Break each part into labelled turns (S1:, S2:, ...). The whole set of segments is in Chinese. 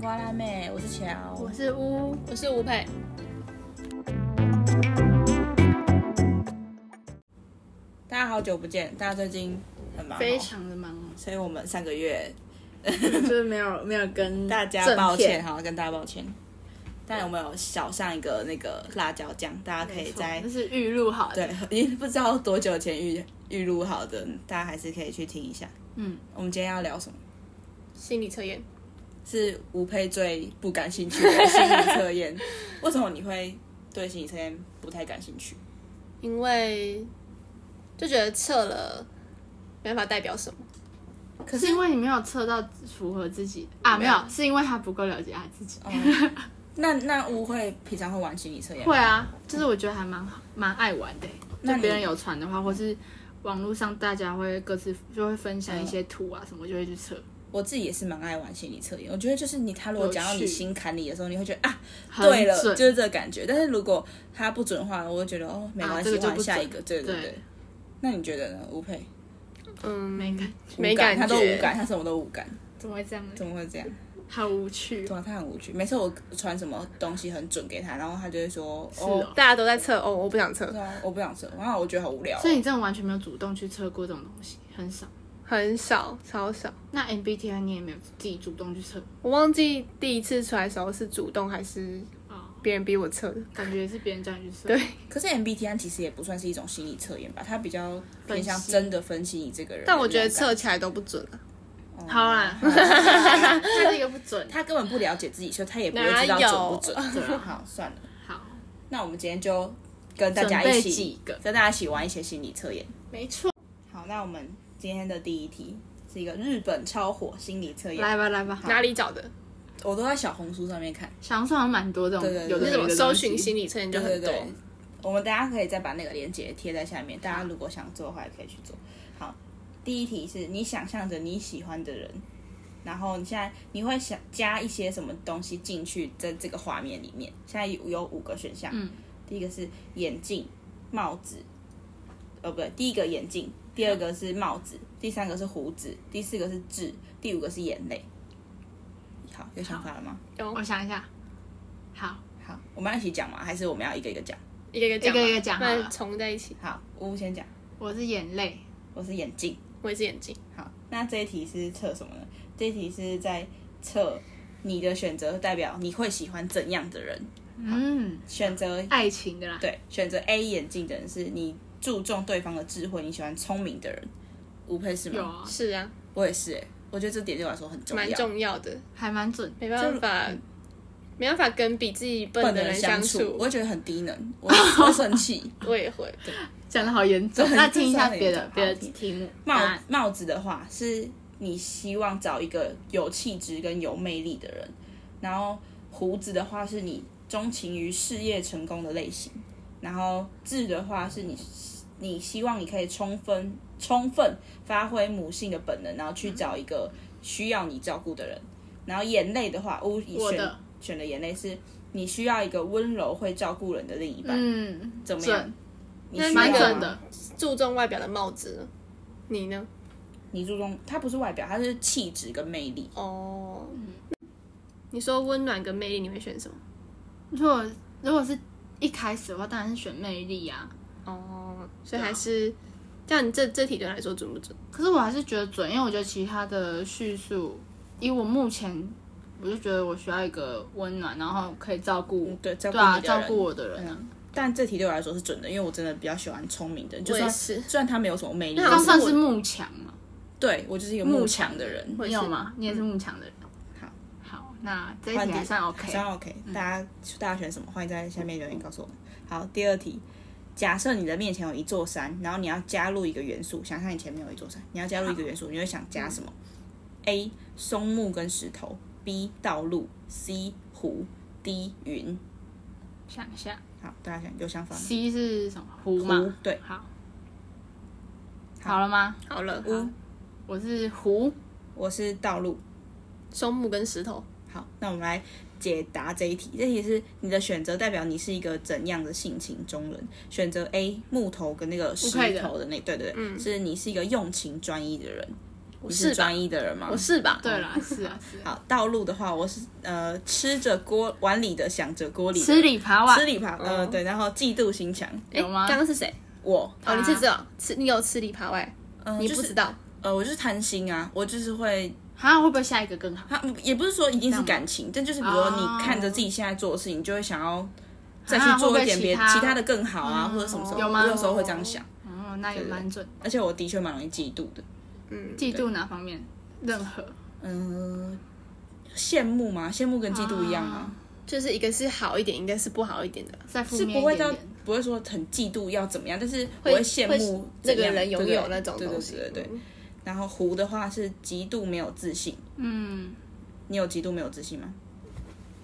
S1: 瓜辣妹，我是乔。
S2: 我是乌，
S3: 我是吴佩，
S1: 大家好久不见，大家最近很忙、哦，
S2: 非，常的忙 哦，
S1: 所以我们上个月
S2: 就是没有没有跟
S1: 大家
S2: 正
S1: 抱
S2: 片
S1: 歉，，好跟大家抱歉。但我们有少上一个那个辣椒酱，大家可以在
S2: 这是预录好的，
S1: 对已经不知道多久前预预录好的，大家还是可以去听一下。
S2: 嗯，
S1: 我们今天要聊什么？
S3: 心理测验。
S1: 是吴佩最不感兴趣的心理测 验。为什么你会对心理测验不太感兴趣？
S3: 因为就觉得测了没办法代表什么，
S2: 可是因为你没有测到符合自己啊，没
S1: 没有
S2: 有，是因为他不够了解他自己。
S1: 那那乌会平常会玩心理测验吗？
S2: 会啊，就是我觉得还蛮好蛮爱玩的欸，
S1: 那
S2: 就
S1: 你
S2: 别人有传的话，或是网络上大家会各自就会分享一些图啊什么，就会去测，
S1: 我自己也是蛮爱玩心理测验。我觉得就是你，他如果讲到你
S2: 有趣
S1: 心坎里的时候，你会觉得啊，
S2: 很
S1: 对了，
S2: 准
S1: 就是这个感觉。但是如果他不准的话，我会觉得哦，没关
S2: 啊这
S1: 系，
S2: 个就
S1: 玩
S2: 不
S1: 下
S2: 准
S1: 一个。对对对
S2: 对。
S1: 那你觉得呢？吴佩
S3: 嗯，
S2: 没感觉，
S3: 没
S1: 无感，
S3: 感
S1: 他都
S3: 觉
S1: 无感，他什么都无感，
S2: 怎么会这样呢？
S1: 怎么会这样？
S2: 好无趣
S1: 对
S2: 哦，
S1: 啊，他很无趣。每次我传什么东西很准给他，然后他就会说
S2: 是哦
S3: 大家都在测哦，我不想测
S1: 对，啊，我不想测，然后我觉得好无聊哦、
S2: 所以你真的完全没有主动去测过这种东西，很少。
S3: 很少，超少。
S2: 那 MBTI 你也没有自己主动去测，
S3: 我忘记第一次出来的时候是主动还是
S2: 哦
S3: 别人逼我测的。
S2: 感觉是别人叫你去测。
S3: 对
S1: 可是 MBTI 其实也不算是一种心理测验吧，它比较偏向
S2: 分析
S1: 真的分析你这个人的那
S3: 但
S1: 种感觉。哦
S3: 我觉得测起来都不准啊，
S2: 好啦， 他这个不准。
S1: 他根本不了解自己，所以他也不会
S3: 哪
S1: 知道准不
S3: 有
S1: 准。
S2: 对啊
S1: 好，算了，
S2: 好，
S1: 那我们今天就跟大家
S2: 准备
S1: 一起
S2: 几个
S1: 跟大家一起玩一些心理测验。
S2: 没错。
S1: 好，那我们今天的第一题是一个日本超火心理测验，
S2: 来吧，来吧。
S3: 哪里找的？
S1: 我都在小红书上面看。
S2: 想上蛮多这种，
S1: 对对
S2: 有
S3: 你
S2: 的
S3: 是怎
S2: 有
S3: 么
S2: 的
S3: 搜寻心
S2: 理？
S3: 理测验就
S1: 对对
S3: 很多？
S1: 对，我们大家可以再把那个链接贴在下面，大家如果想做的话也可以去做。好，第一题是你想象着你喜欢的人，然后你现在你会想加一些什么东西进去在这个画面里面？现在有有五个选项，
S2: 嗯
S1: 第一个是眼镜、帽子，呃，不对，第一个眼镜，第二个是帽子，第三个是胡子，第四个是痣，第五个是眼泪。好，有想法了吗？
S3: 有
S2: 我想一下。好，
S1: 好，我们要一起讲吗？还是我们要一个一个讲？
S3: 一个一个讲吧，
S2: 一个一个讲好了
S3: 那重在一起。
S1: 好，呜先讲，
S2: 我是眼泪，
S1: 我是眼镜。
S3: 我也是眼睛，
S1: 好，那这一题是测什么呢？这一题是在测你的选择代表你会喜欢怎样的人。
S2: 嗯，
S1: 选择
S2: 爱情的啦。
S1: 对，选择 A 眼镜的人是你注重对方的智慧，你喜欢聪明的人。吴佩是吗？
S2: 有啊，
S3: 是啊，
S1: 我也是、欸，我觉得这点对我来说很重
S3: 蛮
S1: 要。
S3: 重要的。
S2: 还蛮准。
S3: 没办法，没办法跟比自己笨的人相
S1: 处，
S3: 处。
S1: 我会觉得很低能，我会生气。
S3: 我也会，
S2: 讲的好严重。
S1: 对
S2: 那听一下
S1: 这是很
S2: 别
S1: 严
S2: 的
S1: 重
S2: 别的
S1: 好
S2: 题目。
S1: 帽
S2: 答案
S1: 帽子的话，是你希望找一个有气质跟有魅力的人，然后胡子的话是你钟情于事业成功的类型，然后痣的话是你你希望你可以充分充分发挥母性的本能，然后去找一个需要你照顾的人，然后眼泪的话，我
S2: 我
S1: 选
S2: 的
S1: 选的眼泪是你需要一个温柔会照顾人的另一半，
S2: 嗯，
S1: 怎么样
S2: 准？，
S1: 你需要
S2: 蛮
S1: 吗
S2: 准的。
S3: 注重外表的帽子呢，你呢？
S1: 你注重它不是外表，它是气质跟魅力。
S3: 哦，你说温暖跟魅力，你会选什么？
S2: 如果如果是一开始的话，当然是选魅力啊。
S3: 哦，所以
S1: 啊
S3: 还是，这样你这这题对你来说准不准？
S2: 可是我还是觉得准，因为我觉得其他的叙述，以我目前，我就觉得我需要一个温暖，然后可以照顾，
S1: 嗯对照顾
S2: 对啊，
S1: 你的人嗯
S2: 照顾我的人啊。
S1: 但这题对我来说是准的，因为我真的比较喜欢聪明的人，就
S3: 我也
S1: 算
S3: 是
S1: 虽然他没有什么魅力，
S3: 那
S2: 他
S1: 但
S3: 好
S1: 是
S3: 像
S2: 算是慕强嘛？
S1: 对我就是一个慕强的人，嗯
S3: 我
S2: 你
S3: 也是
S2: 有吗？你也是慕强的人。
S1: 好，
S2: 好，那这一
S1: 换
S2: 题
S1: 第
S2: 还算
S1: 还
S2: OK。
S1: 算 OK。大
S2: 嗯
S1: 家大家选什么，欢迎在下面留言告诉我们。好，第二题，假设你的面前有一座山，然后你要加入一个元素，想象你前面有一座山，你要加入一个元素，你会想加什么？A.
S2: 嗯
S1: 松木跟石头，B. 道路，C. 湖，D. 云。
S2: 想一下
S1: 好，大家想有想法吗？
S2: ，C 是什么？湖
S1: 湖
S2: 嘛。
S1: 对，
S2: 好，
S1: 好
S2: 好了吗？
S3: 好了，
S1: 乌
S3: 好
S2: 我是 湖，
S1: 我是道路。
S3: 松木跟石头，
S1: 好，那我们来解答这一题。这题是你的选择代表你是一个怎样的性情中人？选择 A 木头跟那个石头的那对对对，是你是一个用情专一的人。你
S3: 嗯是吧
S1: 是专一的人吗？
S3: 我是吧？
S2: 对啦，是啊，是啊，
S1: 好，道路的话，我是呃吃着锅碗里的，想着锅里的
S2: 吃里扒外
S1: 吃，里扒呃对，然后嫉妒心强。
S3: 哦诶
S2: 有吗
S3: 刚刚是谁？
S1: 我
S3: 哦，你是知道吃，你有吃里扒外，
S1: 嗯，
S3: 你
S1: 就
S3: 不
S1: 是
S3: 知道。
S1: 呃，我就是贪心啊，我就是会
S2: 哈，会不会下一个更好？
S1: 他也不是说一定是感情，但就是比如说
S3: 啊
S1: 你看着自己现在做的事情，你就会想要再去
S2: 啊会不
S1: 做
S2: 会
S1: 一点别
S2: 其他嗯
S1: 其他的更好啊，或者什么时候，
S2: 有吗
S1: 我有时候会这样想，
S2: 哦，那也蛮准。
S1: 而且我的确蛮容易嫉妒的，
S2: 嫉妒哪方面？任何。
S1: 嗯，羡慕嘛，羡慕跟嫉妒一样啊，
S3: 就是一个是好一点，一个是不好一点的。
S2: 再负
S1: 是
S2: 啊面
S1: 不
S2: 一
S1: 会到
S2: 点点。
S1: 不会说很嫉妒要怎么样，但是我会羡慕
S3: 这个
S1: 怎样
S3: 人拥
S1: 对
S3: 有
S1: 对
S3: 那种
S1: 对对
S3: 东西，
S1: 对对对。
S3: 嗯
S1: 然后胡的话是极度没有自信，
S2: 嗯，
S1: 你有极度没有自信吗？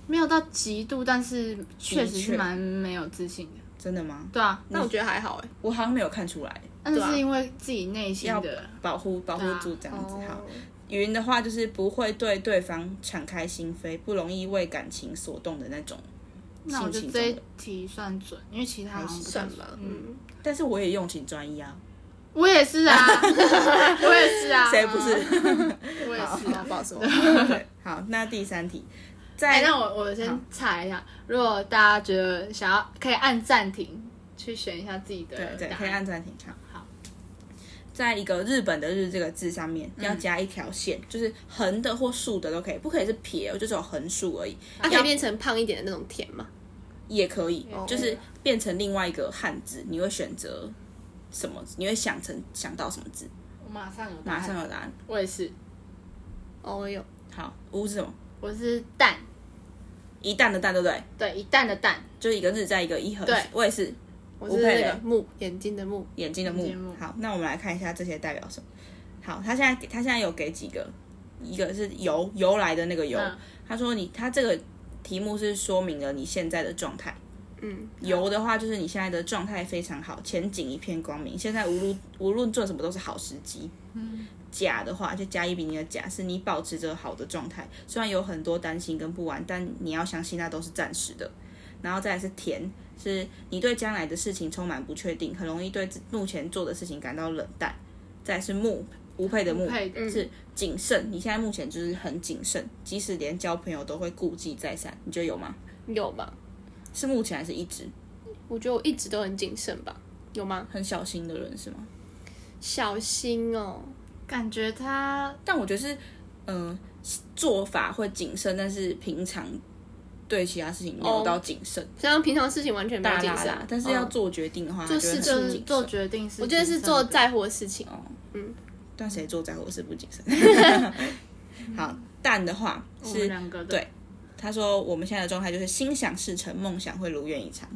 S2: 没有到极度，但是确实
S1: 的确
S2: 是蛮没有自信的。
S1: 真的吗？
S2: 对啊，
S3: 那我觉得还好哎。
S1: 我好像没有看出来，
S2: 但是是因为自己内心
S1: 要
S2: 的
S1: 保护保护
S2: 对啊
S1: 住这样子。好
S3: 哦，，
S1: 云的话就是不会对对方敞开心扉，不容易为感情所动的那种
S2: 那我
S1: 性
S2: 就
S1: 情
S2: 这
S1: 中
S2: 一
S1: 的。
S2: 题算准，因为其他好像不太
S3: 算吧，嗯，
S1: 但是我也用情专一啊，
S2: 我也是 啊，我也是啊，
S1: 谁不是？
S2: 我也是
S3: 好
S2: 啊。
S3: 不好说。
S1: 对，好，那第三题，在
S2: 哎， 那我我先猜一下，如果大家觉得想要，可以按暂停去选一下自己的
S1: 对对，
S2: 答
S1: 可以按
S2: 案。
S1: 暂停看。
S2: 好，
S1: 在一个日本的“日”这个字上面
S2: 嗯
S1: 要加一条线，就是横的或竖的都可以，不可以是撇，就只有横竖而已。
S2: 啊
S3: 它可以变成胖一点的那种甜嘛？
S1: 也可以，
S3: 哦
S1: 就是变成另外一个汉字，你会选择什么？你会想成想到什么字？
S2: 我马上有
S1: 马
S2: 答案
S1: 上，有答案。
S2: 我也是，
S3: 哦，我有。
S1: 好，乌是什么？
S2: 我是蛋，
S1: 一蛋的蛋，对不对？
S2: 对，一蛋的蛋，
S1: 就是一个日在一个一横。
S2: 对
S1: 我也是
S3: 我
S1: 吴
S3: 是
S1: 佩
S3: 那
S1: 蕾
S3: 个木眼睛的木，
S1: 眼睛的目
S2: 眼睛的目。
S1: 好，那我们来看一下这些代表什么。好，他现在他现在有给几个，一个是由由来的那个由，
S2: 嗯
S1: 他说你他这个题目是说明了你现在的状态。
S3: 嗯，
S1: 由的话就是你现在的状态非常好，前景一片光明，现在无论无论做什么都是好时机。
S2: 嗯，
S1: 甲的话就甲乙丙丁的甲，是你保持着好的状态，虽然有很多担心跟不安，但你要相信那都是暂时的。然后再来是田，是你对将来的事情充满不确定，很容易对自目前做的事情感到冷淡。再来是木，无配的木，
S2: 配的
S1: 是谨慎，你现在目前就是很谨慎，即使连交朋友都会顾忌再三，你觉得有吗？
S3: 有吧？
S1: 是目前还是一直
S3: 我觉得我一直都很谨慎吧，有吗？
S1: 很小心的人是吗？
S3: 小心哦，
S2: 感觉它
S1: 但我觉得是，嗯、做法会谨慎，但是平常对其他事情没有到谨慎，
S3: 像平常事情完哦全没有
S1: 大
S3: 谨
S1: 啦
S3: 慎
S1: 啦，，但是要
S3: 嗯
S1: 做决定的话，
S3: 做
S1: 是
S3: 事
S2: 就
S3: 情
S2: 是做决定是谨慎的，
S3: 我觉得是做在乎的事情，
S1: 哦，
S3: 嗯，
S1: 但谁做在乎是不谨慎。 好，蛋的话
S2: 我们
S1: 是
S2: 两个的
S1: 对，他说我们现在的状态就是心想事成，梦想会如愿以偿，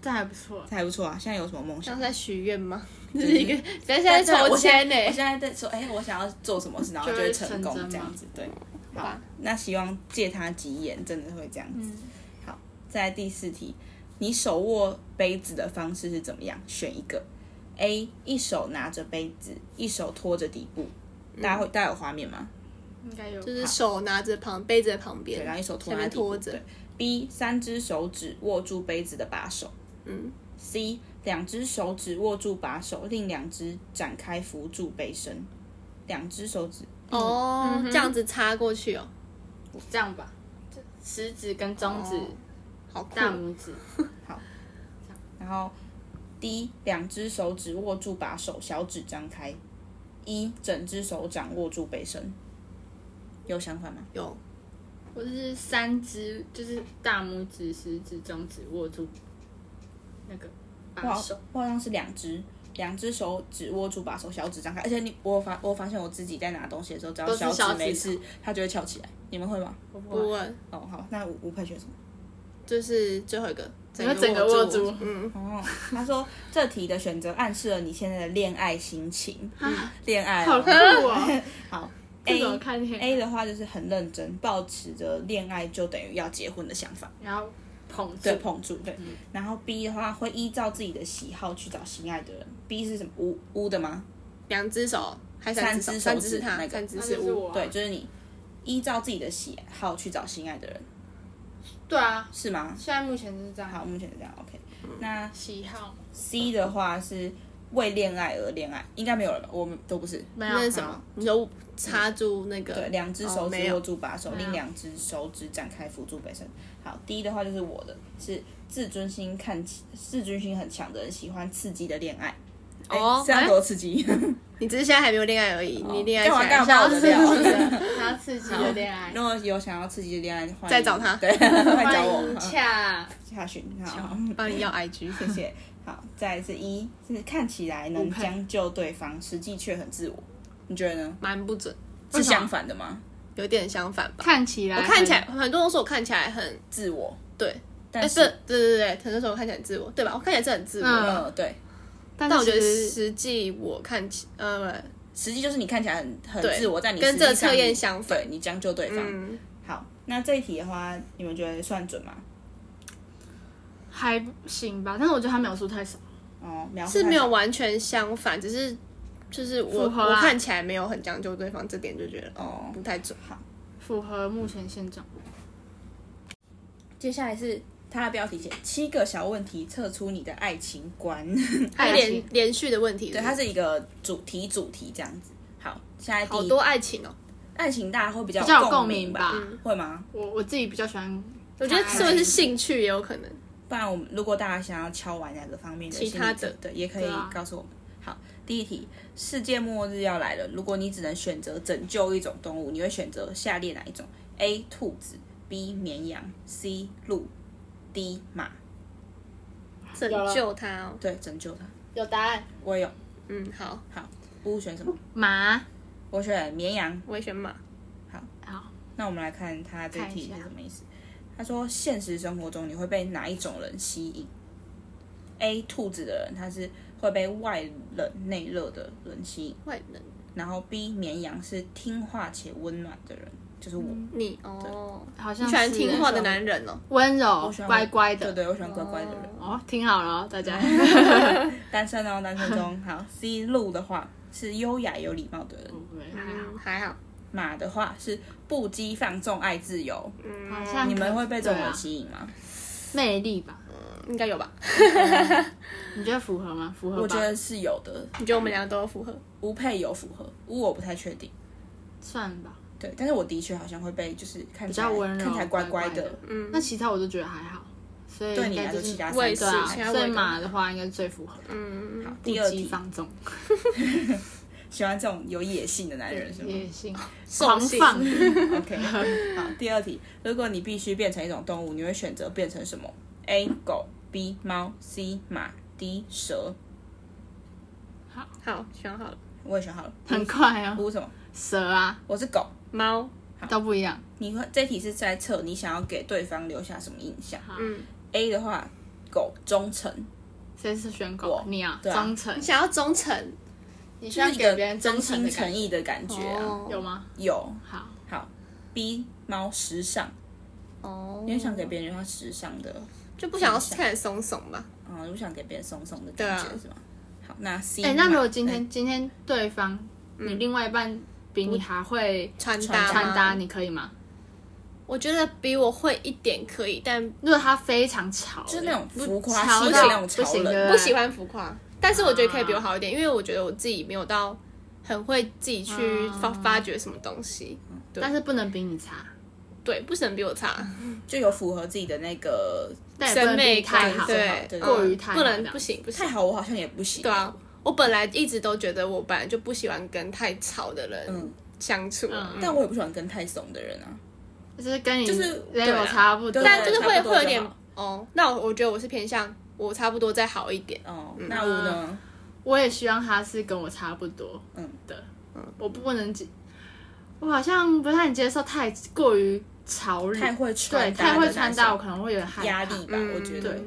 S2: 这还不错，
S1: 这还不错啊。现在有什么梦
S3: 像
S1: 想
S3: 是？在许愿吗？ 这是一个，不要现在
S1: 但
S3: 抽
S1: 我现
S3: 签欸
S1: 在我
S3: 呢，
S1: 现在在说，哎、我想要做什么事，然后
S2: 就
S1: 会
S2: 会
S1: 成
S2: 成
S1: 功
S2: 真
S1: 这样
S2: 吗
S1: 子。对，
S3: 好吧？
S1: 那希望借他吉言，真的会这样子。
S3: 嗯
S1: 好，再来第四题，你手握杯子的方式是怎么样？选一个，A 一手拿着杯子，一手托着底部。大家会，大家有画面吗？
S2: 应该有，
S3: 就是手拿着旁杯子的旁边，
S1: 对，然后一手托在
S3: 下面
S1: 底部。
S3: 托着
S1: 对，B 三只手指握住杯子的把手。
S3: 嗯。
S1: C 两只手指握住把手，另两只展开扶住杯身。两只手指，
S3: 哦，
S2: 嗯哼
S3: 这样子插过去哦，
S2: 这样吧，食指跟中指、
S3: 哦好酷
S2: 大拇指，
S1: 然后 D 两只手指握住把手，小指张开。E 整只手掌握住杯身。有想法吗？
S3: 有
S2: 我是三只，就是大拇指、食指、中指握住那个把
S1: 我
S2: 手，
S1: 好我好像是两只，两只手指握住把手，小指张开。而且你，我有发我有发现我自己在拿东西的时候，只要
S2: 都是小
S1: 指
S2: 指
S1: 没事，它就会翘起来。你们会吗？
S2: 我不
S3: 不
S2: 会
S3: 问，
S1: 哦，好，那吴吴佩选什么？
S3: 就是最后一个，
S2: 你会整个握住，
S3: 嗯，
S1: 哦，他说这题的选择暗示了你现在的恋爱心情，
S2: 啊
S1: 恋爱
S2: 好
S1: 哦、
S2: 酷哦！
S1: 好
S2: 这
S1: A
S2: 个我看见
S1: A 的话就是很认真，保持着恋爱就等于要结婚的想法，
S2: 然后捧住
S1: 对，碰触对。然后 B 的话会依照自己的喜好去找心爱的人。B 是什么乌乌的吗？
S3: 两只手还是
S1: 三
S3: 只手，
S1: 只手
S3: 三
S1: 指
S3: 只是他，
S1: 那个
S3: 三只
S2: 那
S3: 是
S2: 就是
S3: 五，
S2: 我啊，
S1: 对，就是你依照自己的喜好去找心爱的人，
S2: 对啊，
S1: 是吗？
S2: 现在目前就是这样，
S1: 好，目前是这样，OK。那
S2: 喜好嘛
S1: C 的话是为恋爱而恋爱，应该没有了吧？我们都不是。
S2: 没有啊
S3: 那是什么？？你说插住那个？
S1: 嗯对，两只手
S3: 哦没
S1: 指
S3: 有
S1: 握住把手，另两只手指展开辅助本身。好，第一的话就是我的，是自尊心看起自尊心很强的人喜欢刺激的恋爱。哎
S3: 哦
S1: 这样多刺激！
S3: 你只是现在还没有恋爱而已，你恋爱起
S1: 干嘛
S3: 来
S1: 哦干嘛爆
S3: 了
S2: 想
S1: 我的
S2: 要刺激
S1: 料
S2: 的，想要刺激的恋爱
S1: 如。果有想要刺激的恋爱，欢迎
S3: 再找他
S1: 对， 欢迎
S2: 欢
S1: 找我
S2: 迎
S1: 好
S2: 恰，
S1: 下旬。好，
S3: 帮你要 IG，
S1: 谢谢。好，再来是一，是看起来能
S2: 五配
S1: 将就对方，实际却很自我。你觉得呢？
S3: 蛮不准，
S1: 是相反的吗？
S3: 有点相反吧。
S2: 看起来
S3: 我
S2: 很
S3: 看起来，很多人说我看起来很
S1: 自我，
S3: 对，
S1: 但
S3: 哎，
S1: 是
S3: 是，对对对，很多时候我看起来很自我，对吧？我看起来是很自我的，
S1: 呃，对，
S2: 但
S3: 但我觉得
S2: 其实
S3: 实际我看起，呃，
S1: 实际就是你看起来很很
S3: 对
S1: 自我，但你
S3: 跟
S1: 实际
S3: 这个
S1: 上
S3: 测验
S1: 你
S3: 相反
S1: 对你将就对方。
S3: 嗯，
S1: 好，那这一题的话，你们觉得算准吗？
S2: 还行吧，但是我觉得他描述太少。
S1: 哦，描述
S3: 是没有
S1: 太少
S3: 完全相反，只是就是我
S2: 符合啊
S3: 我看起来没有很将就对方，这点就觉得
S1: 哦
S3: 不太准。
S2: 符合目前现状。
S1: 接下来是它的标题写七个小问题测出你的爱情观，
S3: 嗯
S2: 爱
S3: 连
S2: 情
S3: 连续的问题，
S1: 对，它是一个主题主题这样子。好，现在第
S3: 好
S1: 一
S3: 多爱情哦。
S1: 爱情大家会比较
S2: 比较
S1: 有
S2: 有
S1: 共
S2: 共鸣
S1: 吧
S2: 吧？
S3: 嗯
S1: 会吗？
S2: 我我自己比较喜欢，
S3: 我
S2: 哎
S3: 觉得是不是兴趣也有可能？
S1: 不然我们如果大家想要敲完哪个方面的
S3: 其他的
S1: 心理诊对，也可以
S2: 对啊
S1: 告诉我们。好，第一题，世界末日要来了，如果你只能选择拯救一种动物，你会选择下列哪一种？A. 兔子，B. 绵羊，C. 鹿，D. 马。
S3: 拯
S2: 有了
S3: 救他哦。
S1: 对，拯救它。
S2: 有答案
S1: 我也有，
S3: 嗯，好，
S1: 呜呜选什么？
S2: 马
S1: 我选绵羊。
S3: 我也选马。
S2: 好
S1: 那我们来看他这
S2: 看一
S1: 题
S2: 下
S1: 是什么意思。他说，现实生活中你会被哪一种人吸引？A. 兔子的人，他是会被外冷内热的人吸引。
S3: 外人，
S1: 然后 B 绵羊是听话且温暖的人，就是我。
S2: 嗯
S3: 你哦，
S2: 好
S3: 你
S2: 像
S3: 喜欢
S2: 是
S3: 听话的男人哦。
S2: 温柔
S1: 我喜欢
S2: 乖乖的。
S1: 对对，我喜欢嗯乖乖的人。
S2: 哦，听好了哦，大家。
S1: 单身哦，单身 中。好，C 鹿的话是优雅有礼貌的人，
S2: 哦
S3: 嗯，还好。
S1: 马的话是不羁放纵爱自由。
S3: 嗯，
S2: 好像
S1: 你们会被这种
S2: 对
S1: 人
S2: 啊
S1: 吸引吗？
S2: 魅力 吧？
S3: 应该有吧？嗯
S2: 你觉得符合吗？符合吧。
S1: 我觉得呃是有的，
S3: 你觉得我们两个都符合？
S1: 吴配有符合，乌我不太确定。
S2: 算吧。
S1: 对，但是我的确好像会被就是看起
S2: 比
S1: 来
S2: 较温柔
S1: 看起来乖
S2: 乖
S1: 的
S2: 的，
S3: 嗯
S2: 那，其他我都觉得还好，所以
S1: 对
S2: 应
S1: 你来
S2: 该就
S1: 说
S2: 是
S1: 其他
S3: 我也
S1: 三
S2: 对
S1: 个
S2: 啊，
S3: 是其他我
S2: 所
S3: 也
S2: 以
S3: 都
S2: 马的话应该是最符合的，
S3: 嗯，嗯
S2: 不
S1: 第二
S2: 羁
S1: 题
S2: 放纵，
S1: 喜欢这种有野性的男人是吗？
S2: 野 性
S3: 兽
S2: 狂
S3: 性
S2: 放，
S1: OK，好，第二题，如果你必须变成一种动物，你会选择变成什么？A 狗，B 猫，C 马，D 蛇。
S3: 好，选好了。
S1: 我也选好了，
S2: 很快哦。
S1: 不什么？
S2: 蛇啊
S1: 我是狗。
S3: 猫，
S2: 都不一样，
S1: 你会这题是在测你想要给对方留下什么印象
S2: 好
S3: 嗯，
S1: ？A 的话，狗忠诚，
S2: 谁是选
S1: 我
S2: 狗？你啊，
S1: 对啊
S2: 忠诚
S3: 你，想要忠诚，
S2: 你需
S1: 就
S2: 要
S1: 是一
S2: 给
S1: 个
S2: 别人
S1: 真
S2: 忠
S1: 心
S2: 诚的感
S1: 诚
S2: 觉，
S1: 意的感觉啊。
S2: 有吗？
S1: 有
S2: 好，
S1: 好，B 猫时尚，
S3: 哦，
S1: 你会想给别人留下时尚的，
S3: 就不想要看起来松松吧？
S1: 嗯，你不想给别人松松的
S3: 对
S1: 感
S3: 啊
S1: 觉是吗？好，嗯那 C 马。
S2: 哎，那如果今
S1: 哎
S2: 天今天对方你另外一半比你还会
S3: 穿搭
S1: 穿
S3: 吗
S2: 穿搭，，你可以吗？
S3: 我觉得比我会一点可以，但
S2: 如果他非常潮，
S1: 就是那种
S2: 不
S1: 浮夸
S2: 潮
S1: 系
S2: 到
S1: 的那种
S2: 不
S1: 潮
S2: 行
S1: 人
S2: 的，
S3: 不喜欢浮夸，但是我觉得可以比
S1: 啊
S3: 我好一点，因为我觉得我自己没有到很会自己去
S1: 啊
S3: 发发掘什么东西，对
S2: 但是不能比你差，
S3: 对，不能比我差，
S1: 就有符合自己的那个
S2: 但也不
S3: 审
S2: 能比
S3: 美
S2: 你太
S3: 感
S2: 好，
S3: 对，
S1: 对
S3: 嗯
S2: 过于太好
S3: 不
S2: 这
S3: 能
S2: 样
S3: 不行不行
S1: 太，好，我好像也不行。
S3: 对啊，我本来一直都觉得我本来就不喜欢跟太吵的人
S1: 嗯
S3: 相处，
S2: 嗯
S3: 嗯
S1: 但我也不喜欢跟太怂的人啊。
S2: 就是跟你
S1: 就是啊
S2: level 差不多，
S3: 但就是
S1: 差
S3: 会
S1: 不多
S3: 会有
S1: 就
S3: 点
S1: 好
S3: 哦，那我我觉得我是偏向我差不多再好一点，
S1: 哦，
S2: 嗯
S1: 那我
S2: 啊
S1: 呢？
S2: 我也希望他是跟我差不多，嗯的，我不能接，我好像不太能接受太过于潮流，
S1: 太会
S2: 对
S1: 穿搭的
S2: 太会穿搭，我
S1: 男
S2: 可能会有点
S1: 生
S2: 害怕
S1: 压力吧，
S3: 嗯
S1: 我觉得。
S3: 对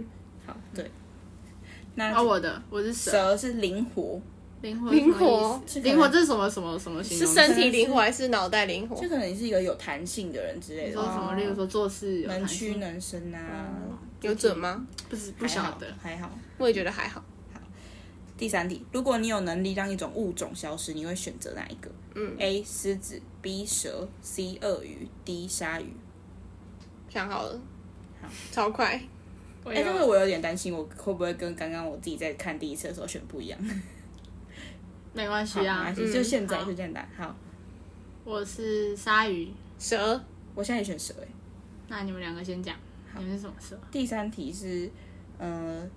S1: 好，对。那
S2: 啊，我的我是蛇，
S1: 蛇是灵活，
S2: 灵活是
S3: 灵
S2: 什么
S3: 活
S2: 意思
S1: 是可能
S2: 灵活这是什么什么什么形
S3: 是
S2: 容词？
S3: 身体灵活还是脑袋灵活？
S1: 就可能是一个有弹性的人之类
S2: 说什
S1: 的，
S2: 么？例如说做事有
S1: 能
S2: 弹
S1: 屈
S2: 性，哦
S1: 能伸啊。
S3: 有准吗？
S2: 不是不
S1: 还
S2: 晓
S1: 好
S2: 得，
S1: 还好。
S3: 我也觉得还好。
S1: 第三题，如果你有能力让一种物种消失，你会选择哪一个？嗯，A 狮子，B 蛇，C 鳄鱼，D 鲨鱼。
S3: 想好了
S1: 好，
S3: 超快。
S1: 哎、但是我有点担心，我会不会跟刚刚我自己在看第一次的时候选不一样？
S2: 没
S1: 好
S2: 关系
S1: 没
S2: 啊
S1: 关，系就
S3: 嗯
S1: 现在
S2: 好
S1: 就这样打。好，
S2: 我是鲨鱼，
S3: 蛇
S1: 我现在也选蛇、欸。
S2: 那你们两个先讲，你们是什么蛇？
S1: 第三题是，呃，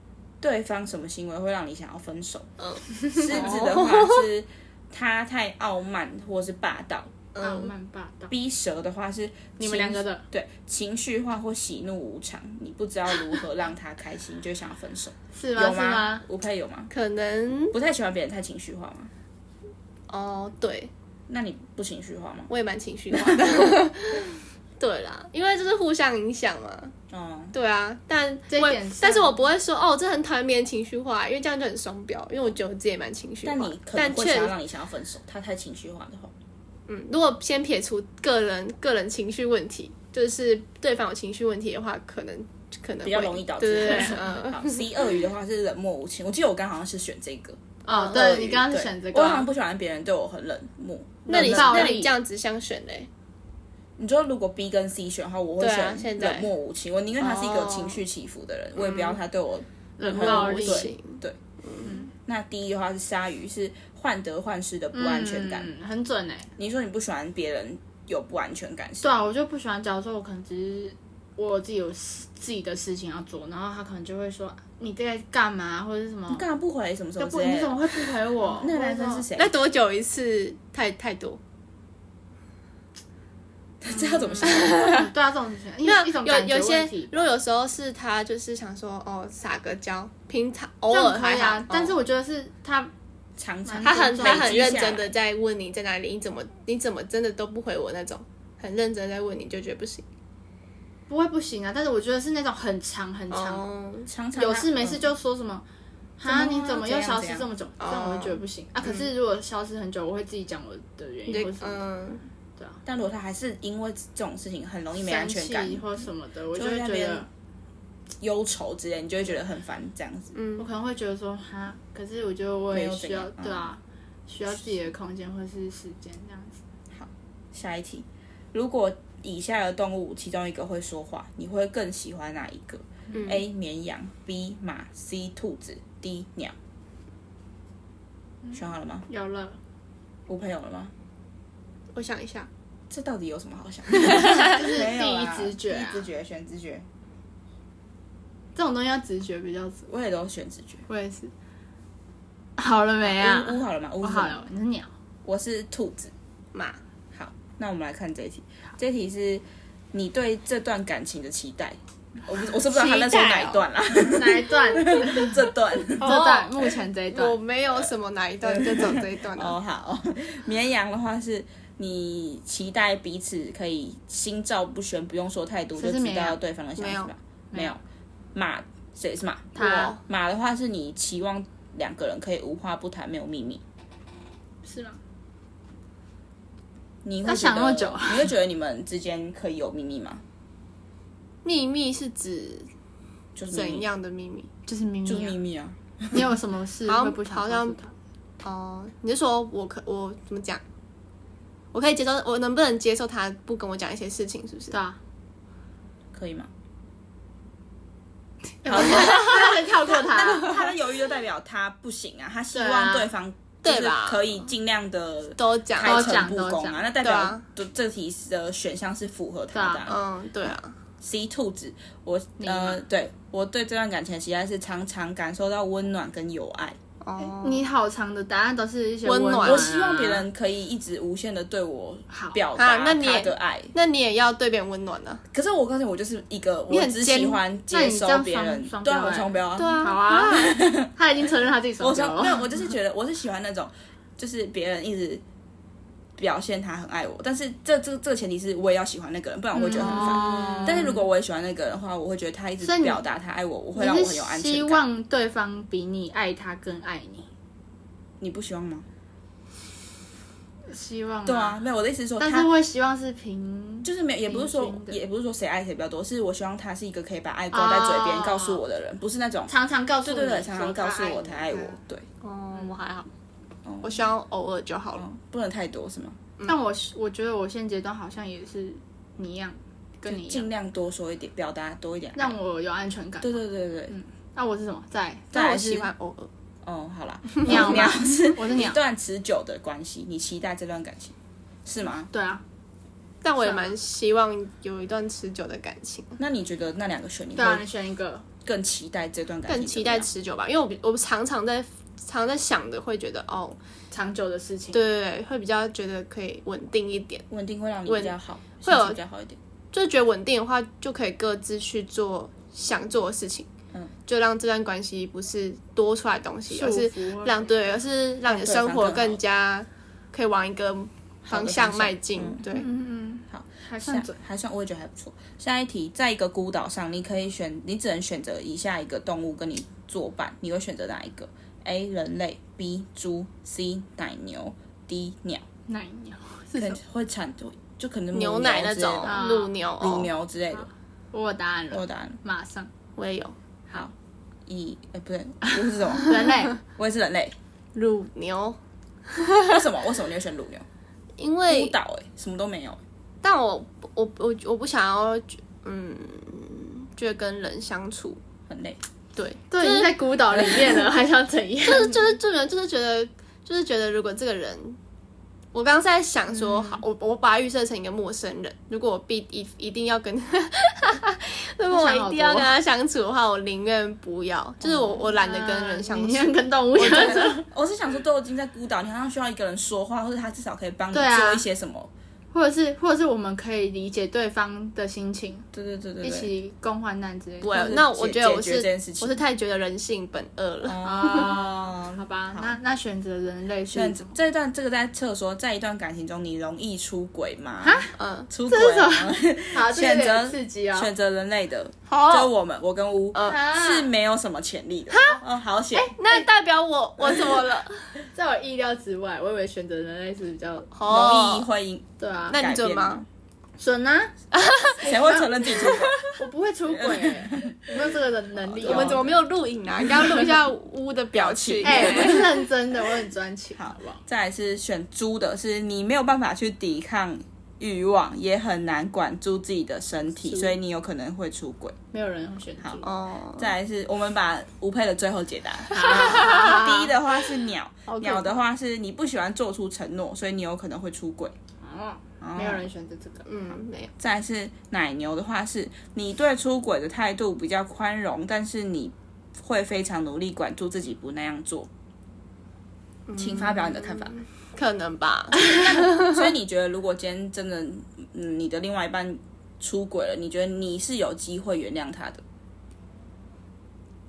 S1: 对方什么行为会让你想要分手？
S3: 嗯
S1: 狮子的话是他太傲慢或是霸道
S2: 傲
S3: 嗯，
S2: 慢霸道，
S1: 逼蛇的话是
S2: 你们两个的
S1: 对情绪化或喜怒无常，你不知道如何让他开心，就想要分 手，
S2: 是吗？
S1: 有
S2: 啊是吗？？
S1: 吴佩有吗？
S3: 可能
S1: 不太喜欢别人太情绪化吗？
S3: 哦，对
S1: 那你不情绪化吗？
S3: 我也蛮情绪化 的。 对啦，因为就是互相影响嘛。
S1: 嗯，
S3: 对啊，但
S2: 这一
S3: 我
S2: 点上
S3: 但是我不会说哦，这很讨厌别人情绪化，因为这样就很双标。因为我觉得我自己也蛮情绪化
S1: 但
S3: 的，
S1: 你可能
S3: 但
S1: 会
S3: 确
S1: 想要让你想要分手，他太情绪化的话，
S3: 嗯，如果先撇除个人个人情绪问题，就是对方有情绪问题的话，可能可能
S1: 比较
S3: 会
S1: 容易导
S3: 对
S1: 致
S3: 对
S1: 分
S3: 对
S1: 手。
S3: 嗯，
S1: 好，C 鳄鱼的话是冷漠无情，我记得我刚好像是选这个。
S2: 哦，
S3: 鳄
S2: 对
S3: 鱼
S2: 你刚刚
S1: 嗯对
S2: 是选这
S1: 我好像
S2: 个，
S1: 不喜欢别人对我很冷漠。
S3: 啊那你
S2: 冷暴
S3: 那
S2: 力
S3: 你这样子相选嘞？
S1: 你说如果 B 跟 C 选的话，我会
S3: 对啊
S1: 选
S3: 现在
S1: 冷漠无情。我宁愿他是一个
S3: 哦
S1: 情绪起伏的人，我也不要他对我。
S2: 冷
S1: 很
S2: 暴
S1: 无
S2: 力
S1: 对
S3: 情
S1: 对，那第一的话是鲨鱼，是患得患失的不安全感。
S2: 嗯很准哎。
S1: 你说你不喜欢别人有不安全感，是
S2: 对啊，我就不喜欢。假如说我可能只是我自己有事自己的事情要做，然后他可能就会说你在干嘛或者是什么，
S1: 干嘛不回什么什么之
S2: 不你
S1: 类
S2: 怎么
S1: 的。
S2: 会不回我？
S1: 那个男生是谁？
S3: 那多久一次？太太多。
S1: 这要怎么想？
S2: 嗯对啊，这种事情，因
S3: 那
S2: 为一种感
S3: 有
S2: 觉
S3: 有些
S2: 问，题。
S3: 如果有时候是他就是想说哦撒个娇，平常
S2: 这
S3: 偶
S2: 样
S3: 尔
S2: 可
S3: 还
S2: 以
S3: 好，
S2: 啊，但是
S1: 嗯
S3: 哦
S2: 我觉得是他
S1: 常常
S3: 他很欸
S2: 尊重
S3: 他很
S1: 累积下
S3: 认真
S1: 来
S3: 的在问你在哪里，你怎么你怎么真的都不回我那种，很认真地在问你就觉得不行。
S2: 不会不行啊，但是我觉得是那种很长很长，
S3: 哦，
S1: 常常
S2: 有
S1: 他
S2: 事没事
S1: 嗯
S2: 就说什么。
S1: 怎么
S2: 啊！你
S1: 啊
S2: 怎么
S1: 怎
S2: 又
S1: 样
S2: 消
S1: 怎
S2: 失
S1: 样嗯
S2: 这么久？这样我就觉得不行啊！可是如果消失很久，我会自己讲我的原因
S3: 对
S2: 或什么，
S3: 嗯，
S1: 但如果他还是因为这种事情很容易没安
S2: 生
S1: 全感
S2: 气，或什么的，我就
S1: 就会
S2: 会
S1: 在那
S2: 觉
S1: 边
S2: 得
S1: 忧愁之类，你就会觉得很烦这样子。
S2: 我
S3: 嗯
S2: 可能会觉得说哈，可是我觉得我
S1: 没
S2: 也
S1: 有
S2: 需
S1: 怎
S2: 要
S1: 样嗯
S2: 对啊，需要自己的空间或是时间这样子。
S1: 下一题，如果以下的动物其中一个会说话，你会更喜欢哪一个、a
S2: 嗯
S1: 绵羊，B 马，C 兔子，D 鸟。
S2: 嗯
S1: 选好了吗？
S2: 有了，
S1: 我朋友了吗？
S3: 我想一下，
S1: 这到底有什么好想？
S2: 就是
S1: 没
S2: 第
S1: 有
S2: 一
S1: 啦
S2: 直觉
S1: 第一
S2: 啊，
S1: 直觉选直觉，
S2: 这种东西要直觉比较准。
S1: 我也都选直觉。
S2: 我也是。好了没啊？
S1: 乌乌好了吗？乌
S2: 我
S1: 是
S2: 好
S1: 什么，
S2: 了，你是鸟。
S1: 我是兔子。
S3: 马
S1: 好，那我们来看这一题。这一题是你对这段感情的期待。我不，我是不知道他那时候哪一段啦，
S2: 哪一段？这
S1: 这段。 哦
S2: 段目前这一段
S3: 我，没有什么哪一段就走这一 段啊
S1: 哦，
S3: 了。
S1: 好，绵羊的话是你期待彼此可以心照不宣，不用说太多，
S2: 谁
S1: 就是知
S2: 绵
S1: 道
S2: 羊
S1: 对方的想
S3: 没有
S1: 法。没有，马谁是马？
S2: 他
S1: 马的话是你期望两个人可以无话不谈，没有秘密。
S2: 是吗？
S1: 你会
S2: 他
S1: 觉
S2: 想那么
S1: 得
S2: 久啊
S1: 你会觉得你们之间可以有秘密吗？
S3: 秘密是指
S1: 就是秘密
S3: 怎？样的秘密？
S2: 就是秘
S1: 就是秘
S2: 密啊。
S1: 密啊！
S2: 你有什么事
S3: 好
S2: 会不想
S3: 好
S2: 告
S3: 像
S2: 诉他？
S3: 哦、你是说我可我怎么讲？我可以接受，我能不能接受他不跟我讲一些事情？是不是
S2: 对？啊，
S1: 可以 吗？
S2: 他能跳过他。
S1: 他的犹豫就代表他不行啊，他希
S2: 对啊
S1: 望对方就是
S3: 对吧
S1: 可以尽量的
S3: 都讲，
S1: 开
S2: 都讲
S1: 诚布公
S2: 都
S1: 啊，
S2: 讲
S1: 那代
S3: 对
S1: 表
S3: 啊
S1: 这这题的选项是符合他的
S2: 对啊
S1: 啊、
S3: 嗯，对啊，
S1: C 兔子，我
S2: 你
S1: 呃
S2: 吗，
S1: 对我对这段感情的期待是常常感受到温暖跟友爱。
S3: 哦，
S2: 你好长的答案都是一些
S3: 温
S2: 暖
S3: 暖
S2: 啊，
S1: 我希望别人可以一直无限的对我
S2: 好
S1: 表达
S3: 啊那你
S1: 他的爱。
S3: 那你也要对别人温暖呢、
S1: 可是我告诉你，我就是一个
S3: 你
S1: 我
S3: 很
S1: 只喜
S3: 尖
S1: 欢
S2: 那
S1: 接
S2: 你
S1: 收
S2: 这样
S1: 别人
S2: 双双，
S1: 对
S2: 标
S1: 啊，我
S2: 欸
S1: 双标啊。
S3: 对啊，
S2: 好啊，他已经承认他自己手
S1: 我
S2: 标
S1: 说
S2: 了。
S1: 没有，我就是觉得我是喜欢那种，就是别人一直表现他很爱我，但是这这这个前提是我也要喜欢那个人，不然我会觉得很烦。
S2: 哦
S1: 但是如果我也喜欢那个人的话，我会觉得他一直
S2: 所以你
S1: 表达他爱我，我会让
S2: 你
S1: 我
S2: 是
S1: 很有安
S2: 希
S1: 全感。
S2: 望对方比你爱他更爱你，
S1: 你不希望吗？
S2: 希望、
S1: 对啊，，没有我的意思是说，
S2: 但
S1: 他
S2: 是会希望是平，
S1: 就是没有，也不是说
S2: 平均的
S1: 也不是说谁爱谁比较多，是我希望他是一个可以把爱挂在嘴边
S2: 哦
S1: 告诉我的人，不是那种
S2: 常常告诉
S1: 对
S2: 你
S1: 对对，常常
S2: 说
S1: 告诉
S2: 爱
S1: 我
S2: 你
S1: 他爱我
S2: 对啊，
S1: 对，
S3: 哦，我还好，我希望偶尔就
S1: 哦
S3: 好了。
S1: 不能太多是吗？
S2: 但我是我觉得我现阶段好像也是你一样，跟你一样，
S1: 尽量多说一点，表达多一点爱。
S2: 让我嗯有安全感。
S1: 对对对对，
S2: 那、我是什么？在
S1: 再
S3: 但
S1: 来
S3: 我
S1: 是
S3: 喜欢偶尔，
S1: 哦，好 啦，
S2: 鸟
S1: 鸟
S2: 嘛
S1: 是
S2: 我是 鸟
S1: 一段持久的关系，你期待这段感情是吗？
S2: 对啊，
S3: 但我也
S2: 算了
S3: 蛮希望有一段持久的感情，
S1: 那你觉得那两个选，你
S2: 对啊，你
S1: 会
S2: 选一个。
S1: 更期待这段感情？
S3: 更期待。持久吧，因为我比我常常在常在想的，会觉得哦，
S2: 长久的事情，
S3: 对对对，会比较觉得可以稳定一点，
S1: 稳定会让你
S3: 稳
S1: 比较好，
S3: 会有
S1: 心情比较好一点。
S3: 就觉得稳定的话，就可以各自去做想做的事情，嗯，就让这段关系不是多出来的东西，而是让对，嗯而是让你的生活更加可以往一个方向迈进
S1: 好的方向嗯。
S3: 对，
S2: 嗯嗯，
S1: 好，
S2: 还算
S1: 下
S2: 准。
S1: 还算，我也觉得还不错。下一题，在一个孤岛上，你可以选，你只能选择以下一个动物跟你作伴，你会选择哪一个？A. 人类，B. 猪，C. 奶牛，D. 鸟。
S2: 那一鸟
S1: 可
S2: 是什
S1: 能
S2: 么？
S1: 会产就就可能母
S3: 牛奶那
S1: 之类的
S3: 种
S1: 吧
S2: 啊
S3: 乳牛，
S1: 乳
S3: 哦
S1: 牛之类的
S2: 好。我有答案
S1: 我
S2: 了，
S1: 有答案，
S2: 马上。
S3: 我也有
S1: 好，以哎、不对，我是什 么？
S2: 人类，
S1: 我也是人类。
S3: 乳牛，
S1: 为什么？ 为什么你会选乳牛？
S3: 因
S1: 孤
S3: 为
S1: 岛哎、什么都没有、
S3: 但我我我我不想要，嗯，觉得跟人相处，
S1: 很累。
S3: 对，
S2: 对，已经在孤岛里面了，还想怎样？
S1: 嗯
S3: 就是就是就是就是觉得就是觉得，如果这个人，我刚刚在想
S1: 嗯
S3: 说，好，我我把他预设成一个陌生人，如果我必一一定要跟， 如果我一定要跟他相处的话，我宁愿不要，就是
S1: 哦
S3: 我我懒得跟人相
S2: 啊你
S3: 处
S2: 宁。愿跟动物相处。
S3: 啊
S1: 我是想说，都已经在孤岛，你好像需要一个人说话，或者他至少可以帮你
S2: 对啊
S1: 做一些什么。
S2: 或者是，或者是我们可以理解对方的心情，
S1: 对对对对
S2: 一
S1: 对。
S2: 起共患难之类
S3: 不
S2: 的。
S3: 会
S1: 或者，
S3: 那我
S1: 解
S3: 觉得我
S1: 解决
S3: 是
S1: 这件事情
S3: 我 是太觉得人性本恶了。
S1: 哦，
S2: 好吧，啊那那选择人类
S1: 这
S2: 是
S1: 样
S2: 什
S1: 子
S2: 么？
S1: 这一段这个在测说，在一段感情中，你容易出轨吗？
S3: 嗯，
S1: 出轨
S2: 这是什
S1: 吗？
S2: 好，这个有
S1: 选择
S2: 点刺激 哦。
S1: 选择人类的，就
S3: 好，呃
S1: 我们我跟乌、
S2: 啊
S1: 是没有什么潜力的。哦，好险。
S3: 那代表我我怎么了？
S2: 在我意料之外，我以为选择人类是比较
S1: 容易
S3: 哦，
S1: 会因
S2: 对啊，
S3: 那你准吗？
S2: 准啊，
S1: 谁会承认自己出轨？
S2: 我不会出轨欸，我没有这个能力哦。
S3: 我们怎么没有录影啊？应该要录一下乌的表情。
S2: 哎，我是认真的，我很专情，好不好？
S1: 再来是选猪的，是你没有办法去抵抗欲望，也很难管住自己的身体，
S2: 是
S1: 所以你有可能会出轨。
S2: 没有人会选猪。
S3: 哦，
S1: 再来是我们把吴佩的最后解答。
S2: 好
S1: 第一的话是鸟，
S2: 好可怕
S1: 鸟的话是你不喜欢做出承诺，所以你有可能会出轨。
S2: 哦没有人选择这个，
S3: 嗯，没有。
S1: 再来是奶牛的话是你对出轨的态度比较宽容，但是你会非常努力管住自己不那样做。请发表你的看法。
S3: 可能吧，
S1: 所以你觉得，如果今天真的，嗯，你的另外一半出轨了，你觉得你是有机会原谅他的？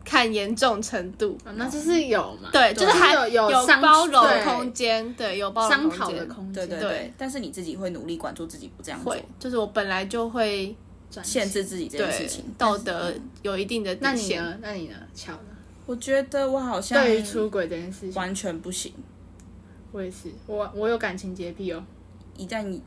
S3: 看严重程度。
S2: 哦那就是有嘛？
S3: 对，就是还
S2: 有有伤
S3: 包容
S2: 对
S3: 空间，对，有包
S2: 商
S3: 容
S2: 讨
S3: 空
S2: 的
S3: 间。
S2: 空
S1: 对对
S2: 间，
S1: 对。
S3: 对
S1: 但是你自己会努力管住自己，不这样做
S3: 会，，就是我本来就会
S2: 专情
S1: 限制自己这件事
S3: 对
S1: 情。
S3: 道德有一定的
S2: 那
S3: 底
S2: 你
S3: 线。
S2: 呢？那你呢？巧呢？
S1: 我觉得我好像
S2: 对于出轨这件事情，
S1: 完全不行，
S2: 我也是，我我有感情洁癖哦。
S1: 一旦你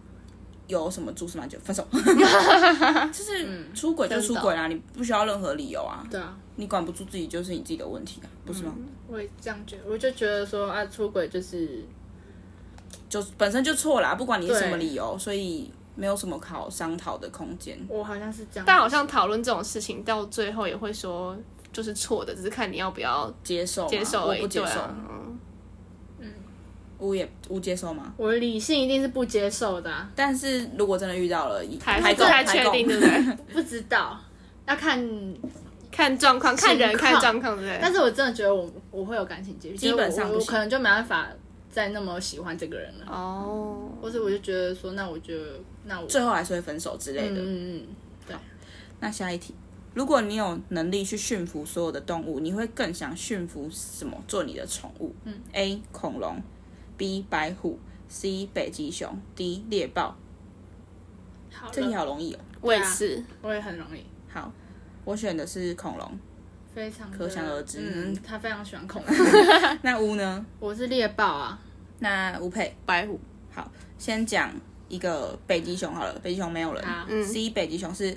S1: 有什么蛛丝马迹，分手。 就是出轨就出轨啊啦，你不需要任何理由啊，
S2: 对啊，
S1: 你管不住自己就是你自己的问题啊，不是吗？
S2: 我也这样觉得，我就觉得说啊，出轨就是
S1: 就本身就错啦，不管你是
S2: 对
S1: 什么理由，所以没有什么好商讨的空间。
S2: 我好像是这样，
S3: 但好像讨论这种事情，到最后也会说就是错的，只是看你要不要
S1: 接受吗
S3: 接受而
S1: 我
S3: 已。
S1: 不接
S3: 对
S1: 受，
S3: 啊，嗯
S1: 我也我接受吗？
S2: 我理性一定是不接受的、啊，
S1: 但是如果真的遇到了，
S3: 还
S1: 还
S3: 这
S1: 够
S3: 还确定，对不对？
S2: 不知道要看，
S3: 看状况，看人，
S2: 情况
S3: 看状况，对不
S2: 但
S3: 对？
S2: 是我真的觉得我我会有感情洁癖，
S1: 基本上
S2: 就是我
S1: 不
S2: 我
S1: 行
S2: 可能就没办法再那么喜欢这个人了，
S3: 哦，
S2: 或者我就觉得说，那我就那我
S1: 最后还是会分手之类
S2: 嗯
S1: 的。
S2: 嗯嗯，对，
S1: 那下一题，如果你有能力去驯服所有的动物，你会更想驯服什么做你的宠物？嗯，A 恐龙，B 白虎，C 北极熊，D 猎豹。
S2: 好
S1: 这题
S2: 了，
S1: 好容易哦。
S3: 我也是，
S2: 我也很容易，
S1: 好，我选的是恐龙。
S2: 非常的
S1: 可想而知
S2: 嗯，他非常喜 欢恐龙，
S1: 那乌呢？
S2: 我是猎豹啊，
S1: 那吴佩
S3: 白虎。
S1: 先讲一个北极熊好了，北极熊没有人。
S2: 好，
S3: 嗯
S1: C 北极熊是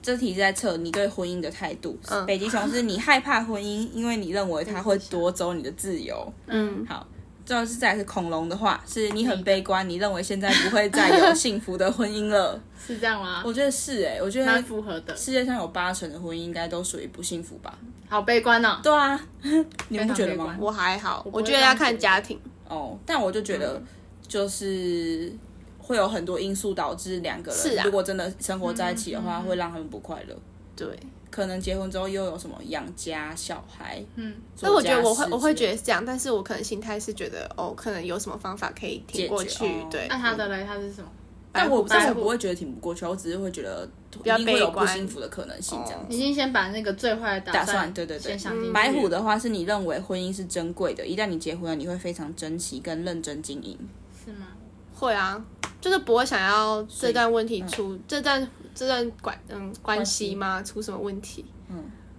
S1: 这题是在测你对婚姻的态度。
S3: 嗯
S1: 北极熊是你害怕婚姻，因为你认为它会夺走你的自由。
S3: 嗯，
S1: 好，就是再来是恐龙的话，是你很悲观，你认为现在不会再有幸福的婚姻了。
S2: 是这样吗？
S1: 我觉得是哎、我觉
S2: 蛮
S1: 得
S2: 符合的，
S1: 世界上有八成的婚姻应该都属于不幸福吧？
S2: 好悲观哦。
S1: 对啊， 你们不觉得
S2: 非常悲
S1: 吗
S2: 观？
S3: 我还好，
S2: 不会
S3: 我觉得要看家庭。
S1: 哦，但我就觉得
S3: 嗯
S1: 就是会有很多因素导致两个人，
S3: 是啊嗯
S1: 如果真的生活在一起的话，会让他们不快乐。
S3: 对，
S1: 可能结婚之后又有什么养家、小孩，
S2: 嗯，
S1: 做
S3: 所以我觉得
S1: 家
S3: 我会
S1: 事
S3: 我会
S1: 之类
S3: 觉得是这样，但是我可能心态是觉得哦，可能有什么方法可以挺过
S1: 解决
S3: 去
S1: 哦。
S3: 对，
S2: 那他的嘞，他是什么？
S1: 但我
S3: 白
S1: 但
S3: 白
S1: 我
S3: 虎
S1: 不会觉得挺不过去，我只是会觉得一
S3: 较
S1: 定会有
S3: 悲
S1: 不
S3: 观哦
S1: 幸福的可能性这样
S2: 已
S1: 子。
S2: 经先把那个最坏的
S1: 打
S2: 算
S1: 算对对对
S2: 先想进去。
S1: 白虎的话是你认为婚姻是珍贵的，一旦你结婚了，你会非常珍惜跟认真经营。
S2: 是吗？
S3: 会啊，就是不会想要这段问题出、这段这段关嗯关系吗？出什么问题？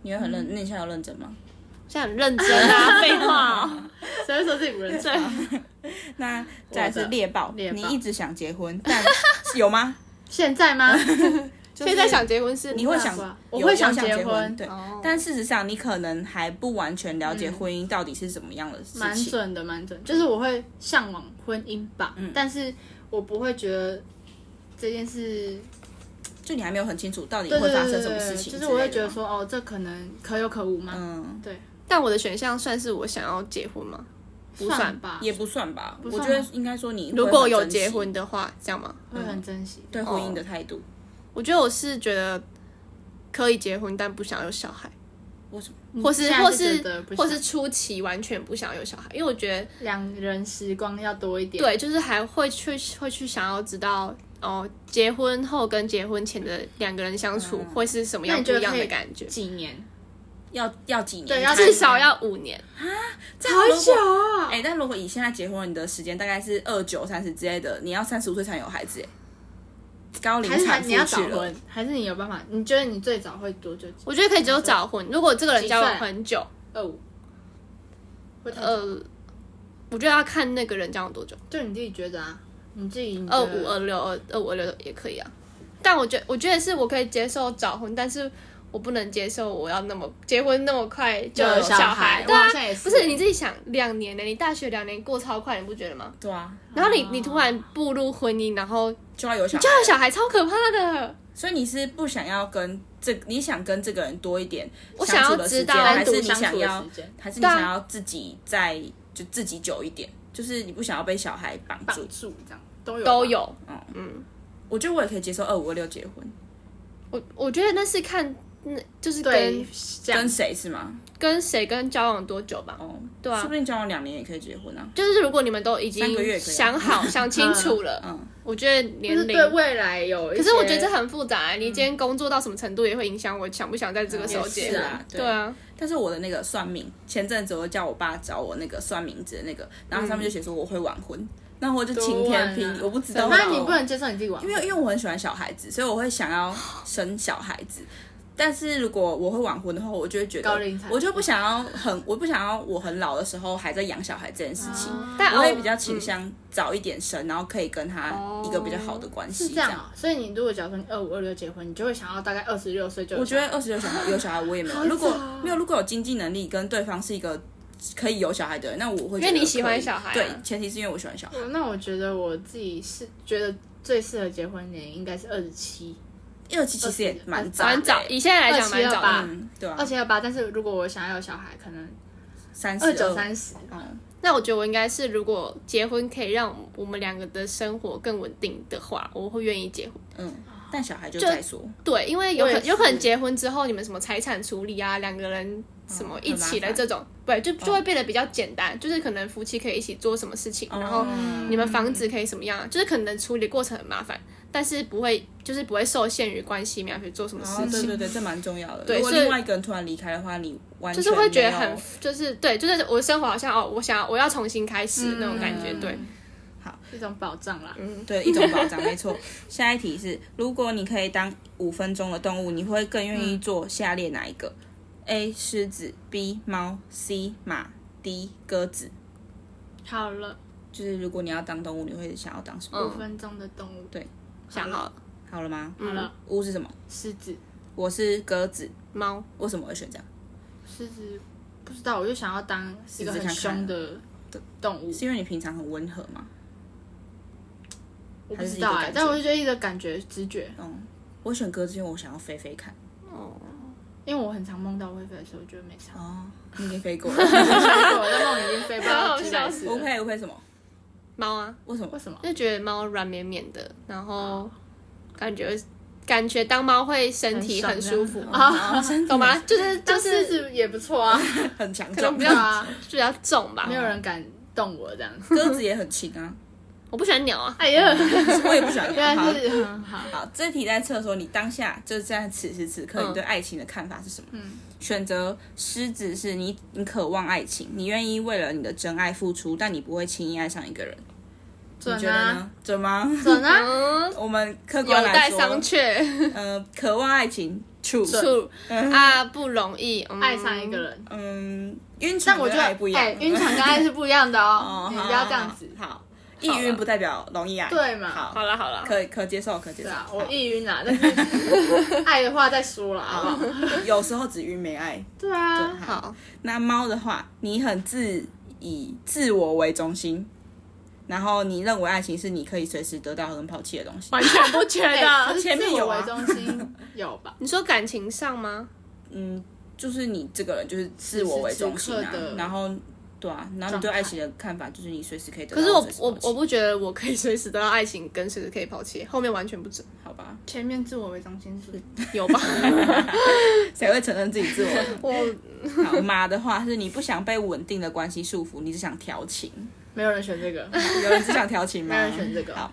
S1: 你会很
S3: 嗯
S1: 认，那你现在有认真吗？
S3: 现在很认真啊，废话哦、
S2: 谁会说自己不 认真？
S1: 那再来
S2: 我
S1: 是
S2: 的
S1: 猎豹，
S2: 猎
S1: 你
S2: 豹
S1: 一直想结婚，但有吗？
S2: 现在吗？
S1: 就是
S3: 现在想结婚是
S1: 你会想
S2: 不会啊，
S1: 有
S2: 我会想
S1: 要想
S2: 结
S1: 婚，
S2: 婚
S1: 对。
S3: 哦，
S1: 但事实上，你可能还不完全了解婚姻到底是什么样的事
S2: 嗯蛮
S1: 情。
S2: 准的，蛮准。就是我会向往婚姻吧，但是我不会觉得这件事
S1: 就你还没有很清楚到底
S2: 对
S1: 会
S2: 对
S1: 发
S2: 对
S1: 生
S2: 对
S1: 什么
S2: 对
S1: 事
S2: 对，
S1: 情
S2: 就
S1: 之类的吗。
S2: 是我会觉得说，哦，这可能可有可无嘛，
S1: 嗯，
S2: 对，
S3: 但我的选项算是我想要结婚吗？不算
S2: 吧，
S1: 也不算吧。
S2: 算
S1: 我
S2: 吗
S1: 觉得应该说你会
S3: 如果
S1: 很
S3: 有
S1: 珍惜
S3: 结婚的话，这样吗？
S2: 会很珍惜。
S1: 对婚
S2: 哦
S1: 姻的态度，
S3: 我觉得我是觉得可以结婚，但不想有小孩，
S1: 为什么？
S3: 或
S2: 现
S3: 是
S2: 在
S3: 或
S2: 就觉
S3: 是
S2: 得不
S3: 或
S2: 想
S3: 是初期完全不想有小孩，因为我觉得
S2: 两人时光要多一点，
S3: 对，就是还会去会去想要知道哦，结婚后跟结婚前的两个人相处会是什么
S2: 嗯那
S3: 样
S2: 你
S3: 不
S2: 觉得
S3: 一样
S2: 可
S3: 的
S2: 以
S3: 感觉，
S2: 几年
S1: 要要几年？
S2: 对要
S3: 至少要五年。
S1: 好久
S2: 啊！
S1: 哎、但如果以现在结婚，你的时间大概是二九、三十之类的，你要三十五岁才有孩子、哎，高龄
S2: 还是还
S1: 产妇
S2: 你要早
S1: 去了
S2: 婚，，还是你有办法？你觉得你最早会多久？
S3: 我觉得可以
S2: 嗯
S3: 只有早婚，如果这个人交往很久，
S2: 二五，会太早
S3: 呃，我觉得要看那个人交往多久，
S2: 就你自己觉得啊，你自己
S3: 二五二六二二五二六也可以啊。但我觉我觉得是我可以接受早婚，但是我不能接受我要那么结婚那么快就有
S2: 小
S3: 孩。对
S2: 我好
S3: 啊，
S2: 像也是，
S3: 不是你自己想两年呢，你大学两年过超快，你不觉得吗？
S1: 对啊，
S3: 然后你你突然步入婚姻，然后
S1: 就要有小孩
S3: 就，有小孩，超可怕的。
S1: 所以你是不想要跟这，你想跟这个人多一点
S3: 我
S1: 相
S3: 想
S1: 处
S3: 要
S1: 的
S3: 知
S1: 时间，
S3: 道
S1: 还
S2: 单独
S1: 是你
S2: 相
S1: 想
S2: 处的
S1: 要
S2: 时，间
S1: 还是你
S3: 对啊
S1: 想要自己在就自己久一点，就是你不想要被小孩绑
S2: 绑
S1: 住。
S2: 住这样都有
S3: 都
S2: 吧。
S3: 有。
S1: 我觉得我也可以接受二五二六结婚，
S3: 我我觉得那是看，那就是
S2: 对啊
S3: 跟，
S2: 这样
S1: 跟谁是吗？
S3: 跟谁跟交往多久吧。
S1: 哦，
S3: 对啊
S1: 说不定交往两年也可以结婚啊。
S3: 就是如果你们都已
S1: 三个月
S3: 经
S1: 可以啊
S3: 想 好、想清楚了，
S1: 嗯，
S3: 我觉得
S2: 就是
S3: 年龄。
S2: 对未来有一些。
S3: 可是我觉得这很复杂、你今天工作到什么程度也会影响我想不想在这个时
S1: 嗯
S3: 候
S1: 也是
S3: 结婚。
S1: 啊对
S3: 对啊，
S1: 但是我的那个算命，前阵子我叫我爸找我那个算名字的那个，然后上面就写说我会晚婚，那我就晴天霹雳，我不知道。
S2: 那你不能接受你自己玩，
S1: 因为因为我很喜欢小孩子，所以我会想要生小孩子。但是如果我会晚婚的话，我就会觉得
S2: 高龄产，妇
S1: 我就不想要很，我不想要我很老的时候还在养小孩这件事情。
S2: 哦
S3: 但
S1: 我会
S3: 哦
S1: 比较倾向早一点生，然后可以跟他一个比较好的关系。
S2: 哦是这样啊。所以你如果假如说你二五二六结婚，你就会想要大概二十六岁就有
S1: 我觉得
S2: 小孩
S1: 二十有小孩有小孩我也没有，如果
S2: 啊
S1: 没有如果有经济能力跟对方是一个可以有小孩的人，那我会觉得
S3: 因为你喜欢
S1: 可以
S3: 小孩啊
S1: 对，前提是因为我喜欢小孩，
S2: 我那我觉得我自己是觉得最适合结婚年龄应该是二十七，
S1: 二期其实也蛮早的
S3: 蛮早，以现在来讲蛮早
S2: 27吧
S3: 的。
S1: 嗯，对
S2: 啊二
S1: 啊，
S2: 七二八。但是如果我想要有小孩，可能
S1: 三十
S2: 二九三十。
S1: 嗯，
S3: 那我觉得我应该是，如果结婚可以让我们两个的生活更稳定的话，我会愿意结婚。
S1: 嗯，但小孩就再说，
S3: 对，因为有可
S2: 我也是
S3: 有可能结婚之后，你们什么财产处理啊，两个人什
S1: 哦
S3: 么一起的这种，对，就就会变得比较简单，就是可能夫妻可以一起做什么事情，然后
S1: 嗯
S3: 你们房子可以什么样，就是可能处理过程很麻烦，但是不会就是不会受限于关系面去做什么
S1: 哦
S3: 事，
S1: 对
S3: 情，
S1: 对对，这蛮重要的。
S3: 对
S1: 如果
S3: 所以
S1: 另外一个人突然离开的话，你完
S3: 就
S1: 全
S3: 是会觉得
S1: 没有
S3: 很就是对，就是我的生活好像哦，我想要我要重新开始那种感觉，
S1: 嗯
S3: 对，
S2: 嗯一种保障啦。
S1: 对一 种保障，没错。下一题是，如果你可以当五分钟的动物，你会更愿
S3: 嗯
S1: 意做下列哪一个、a 狮子，B 猫，C 马，D 鸽子。
S2: 好了，
S1: 就是如果你要当动物，你会想要当什么？
S3: 嗯
S2: 五分钟的动物。
S1: 对
S3: 想好了嗯
S1: 好了吗？
S2: 好了，
S1: 乌是什么？
S2: 狮子，
S1: 我是鸽子，
S3: 猫，
S1: 为什么会选这样？
S2: 狮子不知道，我就想要当一个很凶的的动物，
S1: 是因为你平常很温和吗？
S2: 我不
S1: 还是
S2: 知
S1: 一
S2: 道
S1: 个
S2: 哎、
S1: 感觉
S2: 但我就觉得一个感觉直觉，
S1: 嗯，我选鸽子，因为我想要飞飞看。
S2: 因为我很常梦到会飞，所以我觉得 没差。
S1: 哦，你已经飞过了，
S2: 我在梦里已经飞不知道几百 次
S1: 我
S2: 了。
S1: 配我配什么？
S3: 猫啊，
S1: 为什么
S2: 为？什么？
S3: 就觉得猫软绵绵的，然
S2: 啊
S3: 后感觉感觉当猫会身体很舒服
S2: 很爽这样
S1: 哦
S3: 啊，懂吗？就是就
S2: 但
S3: 是
S2: 狮子也不错 啊，
S1: 很强
S3: 可能
S1: 壮
S3: 比
S2: 对
S3: 较
S2: 啊，
S3: 就比较重吧
S2: 没。有人敢动我 这样子。
S1: 鸽子也很轻啊，
S3: 我不喜欢鸟啊，
S2: 哎呀，
S1: 我也不喜欢。
S2: 原
S1: 好
S2: 来是嗯好，
S1: 好，这题在测说你当下就是在此时此刻，
S3: 嗯
S1: 你对爱情的看法是什么？
S2: 嗯
S1: 选择狮子是你，你渴望爱情，你愿意为了你的真爱付出，但你不会轻易爱上一个人。你
S2: 准
S1: 觉得
S2: 啊，
S1: 呢？准吗？
S2: 准啊，
S3: 嗯，
S1: 我们客
S3: 有
S1: 观来
S3: 待
S1: 说，
S3: 商榷。
S2: 嗯
S1: 呃，渴望爱情，true，
S3: 处啊，不容易，嗯
S2: 爱上一个。人。
S1: 嗯，晕
S2: 但
S1: 船
S2: 我觉
S1: 跟
S2: 得
S1: 爱不一样，
S2: 哎，晕船跟爱是不一样的哦
S1: 哦，，
S2: 你
S1: 好
S2: 不要这样子。
S1: 好，好易晕不代表容易爱，
S2: 对嘛
S1: 好，
S3: 好了好了，
S1: 可可接受，可接受
S2: 对啊，。
S1: 好
S2: 我易晕啦，但是 爱的话再说了，好不好？
S1: 有时候只晕没 爱。
S2: 对啊，
S3: 好，
S1: 那猫的话，你很自以自我为中心，然后你认为爱情是你可以随时得到跟抛弃的东西。
S3: 完全不觉
S2: 哎
S3: 得。
S1: 前面有啊
S2: 自我为中 心有吧？
S3: 你说感情上吗？
S1: 嗯，就是你这个人就是自我为中心
S2: 此时
S1: 啊
S2: 此刻的，
S1: 然后对啊，然后你对爱情的看法就是你随时可以得到。
S2: 啊
S3: 可是我
S1: 随时
S3: 我
S1: 抛弃
S3: 我不觉得我可以随时得到爱情，跟随时可以抛弃，后面完全不准，
S1: 好吧，
S2: 前面自我为中心 是不是
S3: 有吧？
S1: 谁会承认自己自 我？
S3: 我
S1: 好马的话是你不想被稳定的关系束缚，你只想调情。
S2: 没有人选这个，
S1: 有人只想调 情吗？
S2: 没有人选这个
S1: 好，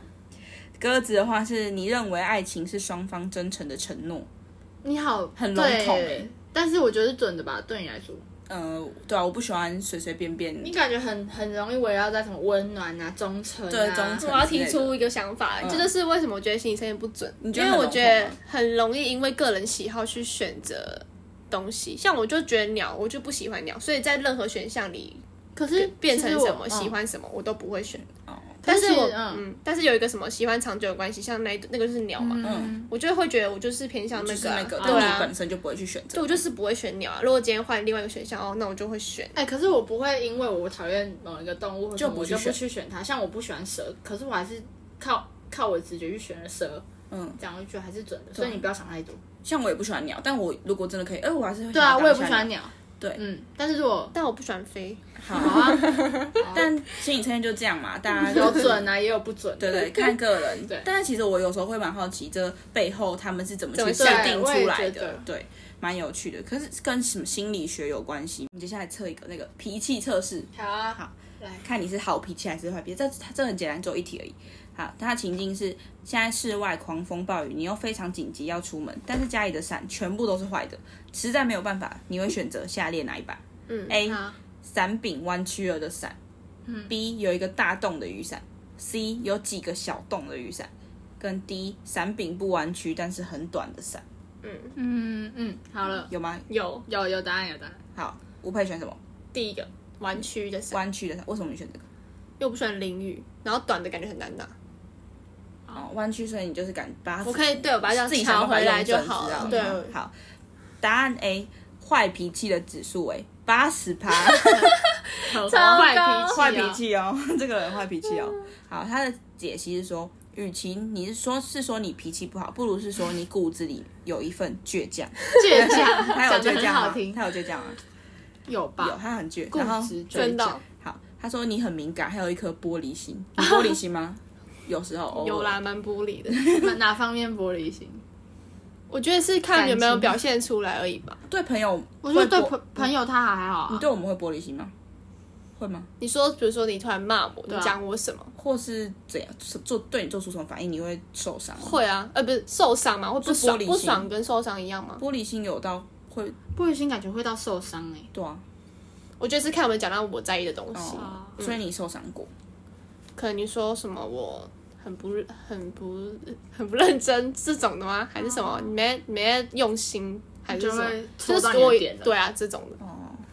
S1: 鸽子的话是你认为爱情是双方真诚的承诺。
S2: 你好，
S1: 很笼统
S2: 对
S1: 欸
S2: 但是我觉得是准的吧，对你来说，
S1: 呃，对啊，我不喜欢随随便便。
S2: 你感觉很很容易围绕在什么温暖啊、忠诚啊，
S1: 对忠诚
S3: 我要提出一个想法，这就是为什么我觉得心理测验不准，
S1: 嗯觉得
S3: 因为
S1: 很
S3: 我
S1: 笼
S3: 觉
S1: 统
S3: 得
S1: 吗
S3: 很容易因为个人喜好去选择东西。像我就觉得鸟，我就不喜欢鸟，所以在任何选项里
S2: 可是
S3: 变成
S2: 其实我
S3: 什么、
S2: 嗯
S3: 喜欢什么，我都不会选。
S1: 哦，
S3: 但是
S2: 其实
S3: 我
S2: 嗯
S3: 嗯，但是有一个什么喜欢长久的关系，像那一那个就是鸟嘛，
S1: 嗯，
S3: 我就会觉得我就是偏向
S1: 就
S3: 那
S1: 是
S3: 个啊、
S1: 那个，
S3: 对
S1: 但你
S3: 啊
S1: 本，身就不会去选
S3: 对
S1: 择
S3: 我。就是不会选鸟啊。如果今天换另外一个选项哦，那我就会选。
S2: 哎、可是我不会因为我讨厌某一个动物或什么，
S1: 就不
S2: 我
S1: 去
S2: 就不
S1: 选
S2: 去选它。像我不喜欢蛇，可是我还是靠靠我的直觉去选了蛇，
S1: 嗯，啊
S2: 这样我就觉得还是准的。所以你不要想太多。
S1: 像我也不喜欢鸟，但我如果真的可以，哎，我还是会
S2: 对啊，
S1: 想要
S2: 我也不
S1: 当
S2: 喜
S1: 一下
S2: 欢。鸟。
S1: 对
S2: 嗯，但是 如果
S3: 但我不喜欢飞，
S1: 好
S2: 好
S1: 啊，
S2: 啊，
S1: 但 心理测验就这样嘛，大家
S2: 有
S1: 就是
S2: 准啊，也有不准。
S1: 对对，看个人。
S2: 对
S1: 但是其实我有时候会蛮好奇，这背后他们是怎么
S3: 怎么
S1: 去
S3: 设
S1: 设
S3: 定
S1: 定
S2: 我也
S1: 出来
S2: 觉得
S1: 的？对，蛮有趣的。可是跟什么心理学有关系？我们接下来测一个那个脾气测试，
S2: 好啊，
S1: 好
S2: 来，
S1: 看你是好脾气还是坏脾气。这这这很简单，只有一题而已。好，它的情境是现在室外狂风暴雨，你又非常紧急要出门，但是家里的伞全部都是坏的，实在没有办法，你会选择下列哪一把？嗯，A
S2: 好
S1: 伞柄弯曲了的伞、b
S3: 嗯
S1: 有一个大洞的雨伞，C 有几个小洞的雨伞，跟 D 伞柄不弯曲但是很短的伞，
S2: 嗯嗯，好了，
S1: 有吗？
S3: 有
S2: 有有答案，有答案。
S1: 好，吴佩选什么？
S3: 第一个弯曲的伞，
S1: 弯曲的伞，为什么你选这个？
S3: 又不喜欢淋雨，然后短的感觉很难打。
S1: 哦，弯曲，所以你就是敢把它
S3: 我可以对我把它这样
S1: 自己
S3: 调
S1: 想
S3: 回来就好了
S1: 了。。
S3: 对，
S1: 好，答案 A 坏脾气的指数为八十 趴，
S2: 啊很
S3: 糟
S2: 坏
S3: 糕
S2: 脾气，啊
S1: 坏脾。气哦，这个人坏脾气哦。好，他的解析是说，与其你是说是说你脾气不好，不如是说你骨子里有一份倔强。
S2: 倔强，
S1: 他有
S2: 讲得
S1: 倔
S2: 很
S1: 强
S2: 好
S1: 吗？
S2: 听，
S1: 他有倔强吗？
S2: 有
S1: 有，
S2: 吧？
S1: 他很倔，然后
S2: 固执
S1: 倔
S3: 真 的
S1: 强。好，他说你很敏感，还有一颗玻璃心。你玻璃心吗？有时候偶尔
S3: 有啦，，蛮玻璃的。
S2: 哪哪方面玻璃心？
S3: 我觉得是看有没有
S2: 感情
S3: 表现出来而已吧。
S1: 对朋友，
S2: 我觉得对
S1: 会玻
S2: 朋朋友他还好啊
S1: 你。对我们会玻璃心吗？会吗？
S3: 你说，比如说你突然骂我，
S2: 啊
S3: 你讲我什么？
S1: 或是怎样做对你做出什么反应，你会受伤吗？
S3: 会啊，呃，不是受伤嘛，会不爽
S1: 玻璃，心
S3: 不爽跟受伤一样吗？
S1: 玻璃心有到会
S2: 玻璃心感觉会到受伤哎、
S1: 对啊，
S3: 我觉得是看有没有讲到我在意的东西。
S2: 啊
S1: 哦，所以你受伤过，
S3: 可能你说什么我很不很不很不认真这种的吗？还是什么你没没用心还是什
S2: 就
S3: 么
S2: 会？
S3: 就
S2: 戳
S3: 是
S2: 到你的
S3: 我
S2: 点了
S3: 对啊这种的，
S1: 哦，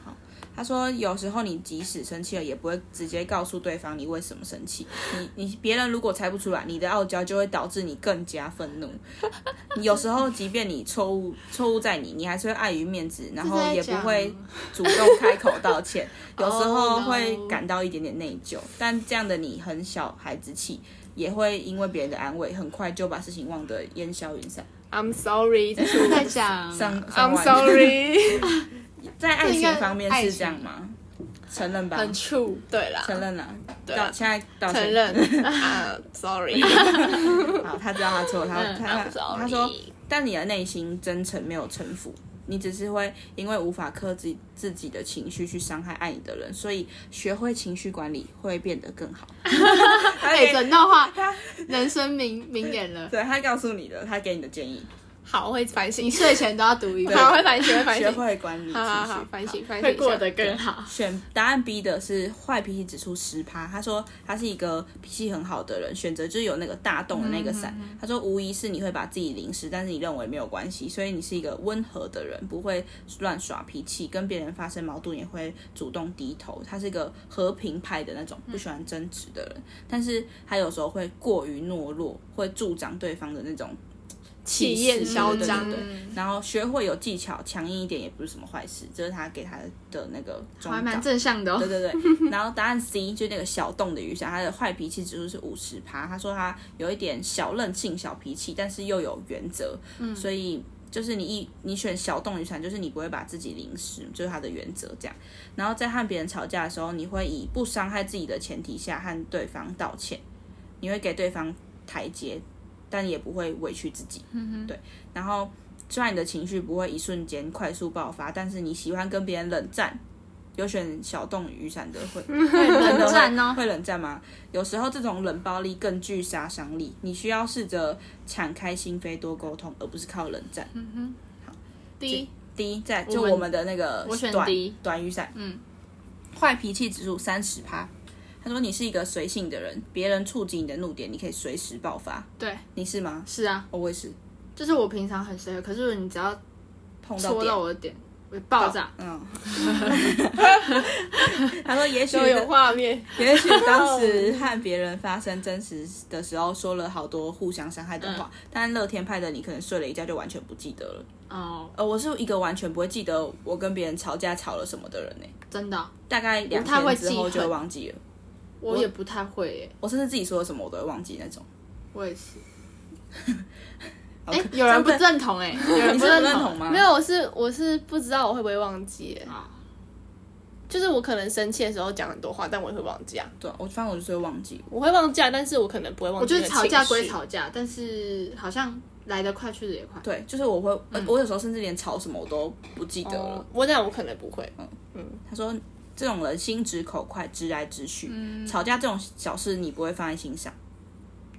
S1: 好，他说有时候你即使生气了，也不会直接告诉对方你为什么生气。你你别人如果猜不出来，你的傲娇就会导致你更加愤怒。 你有时候即便你错误错误在你，你还是会碍于面子，然后也不会主动开口道歉，有时候会感到一点点内疚。但这样的你很小孩子气，也会因为别人的安慰，很快就把事情忘得烟消云散。嗯
S3: I'm sorry，这是我
S2: 在讲
S1: 上
S3: I'm
S1: 上
S3: sorry。
S1: 在爱情方面
S2: 这应该
S1: 是这样吗？承认吧，
S2: 很处，
S3: 对啦，
S1: 承认了，
S3: 对啊
S1: 道现在道歉
S3: 承认 啊，sorry，
S1: 好，他知道他错，他
S2: 嗯
S1: 他
S3: I'm
S1: 他
S3: sorry。
S1: 他说，但你的内心真诚没有城府，你只是会因为无法克制自己的情绪去伤害爱你的人，所以学会情绪管理会变得更 好。他
S2: 哎，
S1: 给
S2: 整 段话
S1: 他
S2: 人生名名言了，
S1: 对他告诉你的，他给你的建议，
S3: 好，我会反省
S2: 你，睡前都要读一遍，
S3: 好，我会反省，会反
S1: 学
S3: 省，
S1: 会管理情绪，
S3: 好好好，反省，反省
S2: 会
S3: 一下，
S2: 过得更好。
S1: 选答案 B 的是坏脾气指数十趴，他说他是一个脾气很好的人，选择就是有那个大洞的那个
S3: 嗯
S1: 伞。他说无疑是你会把自己淋湿，但是你认为没有关系，所以你是一个温和的人，不会乱耍脾气，跟别人发生矛盾也会主动低头。他是一个和平派的那种，
S3: 嗯
S1: 不喜欢争执的人，但是他有时候会过于懦弱，会助长对方的那种。气
S3: 气焰
S1: 势
S3: 嚣
S1: 对对
S3: 张
S1: 对然后学会有技巧，强硬一点也不是什么坏事，这是他给他的那个忠告。
S2: 还蛮正向的哦
S1: 对，对对，然后答案 C 就是那个小洞的雨伞，他的坏脾气指数是五十趴。他说他有一点小任性、小脾气，但是又有原则，
S2: 嗯
S1: 所以就是你一你选小洞雨伞，就是你不会把自己淋湿，就是他的原则这样。然后在和别人吵架的时候，你会以不伤害自己的前提下和对方道歉，你会给对方台阶，但也不会委屈自己。
S2: 嗯
S1: 对，然后。虽然你的情绪不会一瞬间快速爆发，但是你喜欢跟别人冷战，有选小洞雨伞的 会真的
S2: 冷
S1: 会
S2: 战哦，
S1: 会冷战吗？有时候这种冷暴力更具杀伤力，你需要试着敞开心扉，多沟通，而不是靠冷战。
S3: 低，
S1: 第一，在就
S2: 我们
S1: 我们的那个
S2: 我选
S1: 短
S2: D
S1: 短雨伞，嗯，坏脾气指数三十趴。他说你是一个随性的人，别人触及你的怒点，你可以随时爆发。
S2: 对，
S1: 你是吗？
S2: 是啊，
S1: 哦我也是，
S2: 就是我平常很随和，可是你只要
S1: 碰到
S2: 戳
S1: 点
S2: 到我的点，我就爆炸。
S1: 嗯， 他说也许
S3: 都有画面，
S1: 也许当时和别人发生真实的时候，说了好多互相伤害的话，
S2: 嗯
S1: 但乐天派的你可能睡了一觉就完全不记得了。
S2: 哦，
S1: 呃，我是一个完全不会记得我跟别人吵架吵了什么的人呢、
S2: 真的哦，
S1: 大概两
S2: 不太会
S1: 天之后
S2: 记
S1: 就
S2: 恨
S1: 会忘记了。
S2: 我也不太会耶，
S1: 我甚至自己说了什么我都会忘记那种。
S2: 我 也是。
S1: 好
S2: 哎
S1: 可，
S2: 有人不
S1: 这样
S2: 认同哎，有
S1: 子
S2: 人
S1: 你是
S2: 认
S1: 认同吗？
S3: 没有，我是我是不知道我会不会忘记耶，
S2: 啊，
S3: 就是我可能生气的时候讲很多话，但我也会忘记啊，
S1: 对，我反正我就是会忘记。
S3: 我会忘记啊，但是我可能不会忘
S2: 我
S3: 记
S2: 觉
S3: 那
S2: 得
S3: 个
S2: 吵
S3: 情绪。
S2: 架归吵架，但是好像来得快去得也快。
S1: 对，就是我会，
S2: 嗯
S1: 呃我有时候甚至连吵什么我都不记得了。
S3: 哦，我那我可能不会，
S1: 他说这种人心直口快，直来直去，
S2: 嗯
S1: 吵架这种小事你不会放在心上。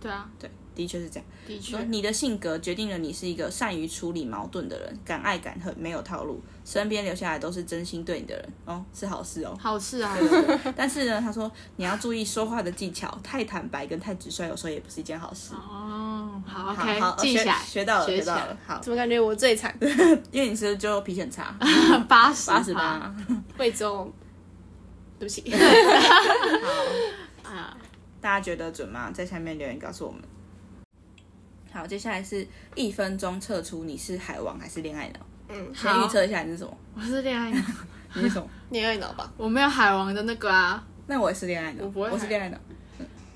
S2: 对啊，
S1: 对，的确是这样。
S2: 的确
S1: 说，你的性格决定了你是一个善于处理矛盾的人，敢爱敢恨，没有套路，身边留下来都是真心对你的人哦，是好事哦。
S2: 好事啊，
S1: 但是呢，他说你要注意说话的技巧，太坦白跟太直率有时候也不是一件好事。
S2: 哦，好
S1: 好
S2: OK，
S1: 好，
S2: 记
S1: 学
S2: 起来，
S1: 学到了，
S2: 学
S1: 学
S2: 起
S1: 到
S2: 来
S1: 了。，好，
S3: 怎么感觉我最惨？
S1: 因为你是不是就脾气很差，
S2: 八十
S1: 八十，八。
S3: 贵州，对 不起，
S2: 啊，
S1: 大家觉得准吗？在下面留言告诉我们。好，接下来是一分钟测出你是海王还是恋爱脑。
S2: 啊
S3: 嗯，
S1: 先
S2: 好
S1: 预测一下你是什么？
S2: 我是恋爱脑，
S1: 你是什么？
S3: 恋爱脑吧。
S2: 我没有海王的那个啊。
S1: 那我也是恋爱脑，
S2: 我不会海
S1: 是恋爱脑。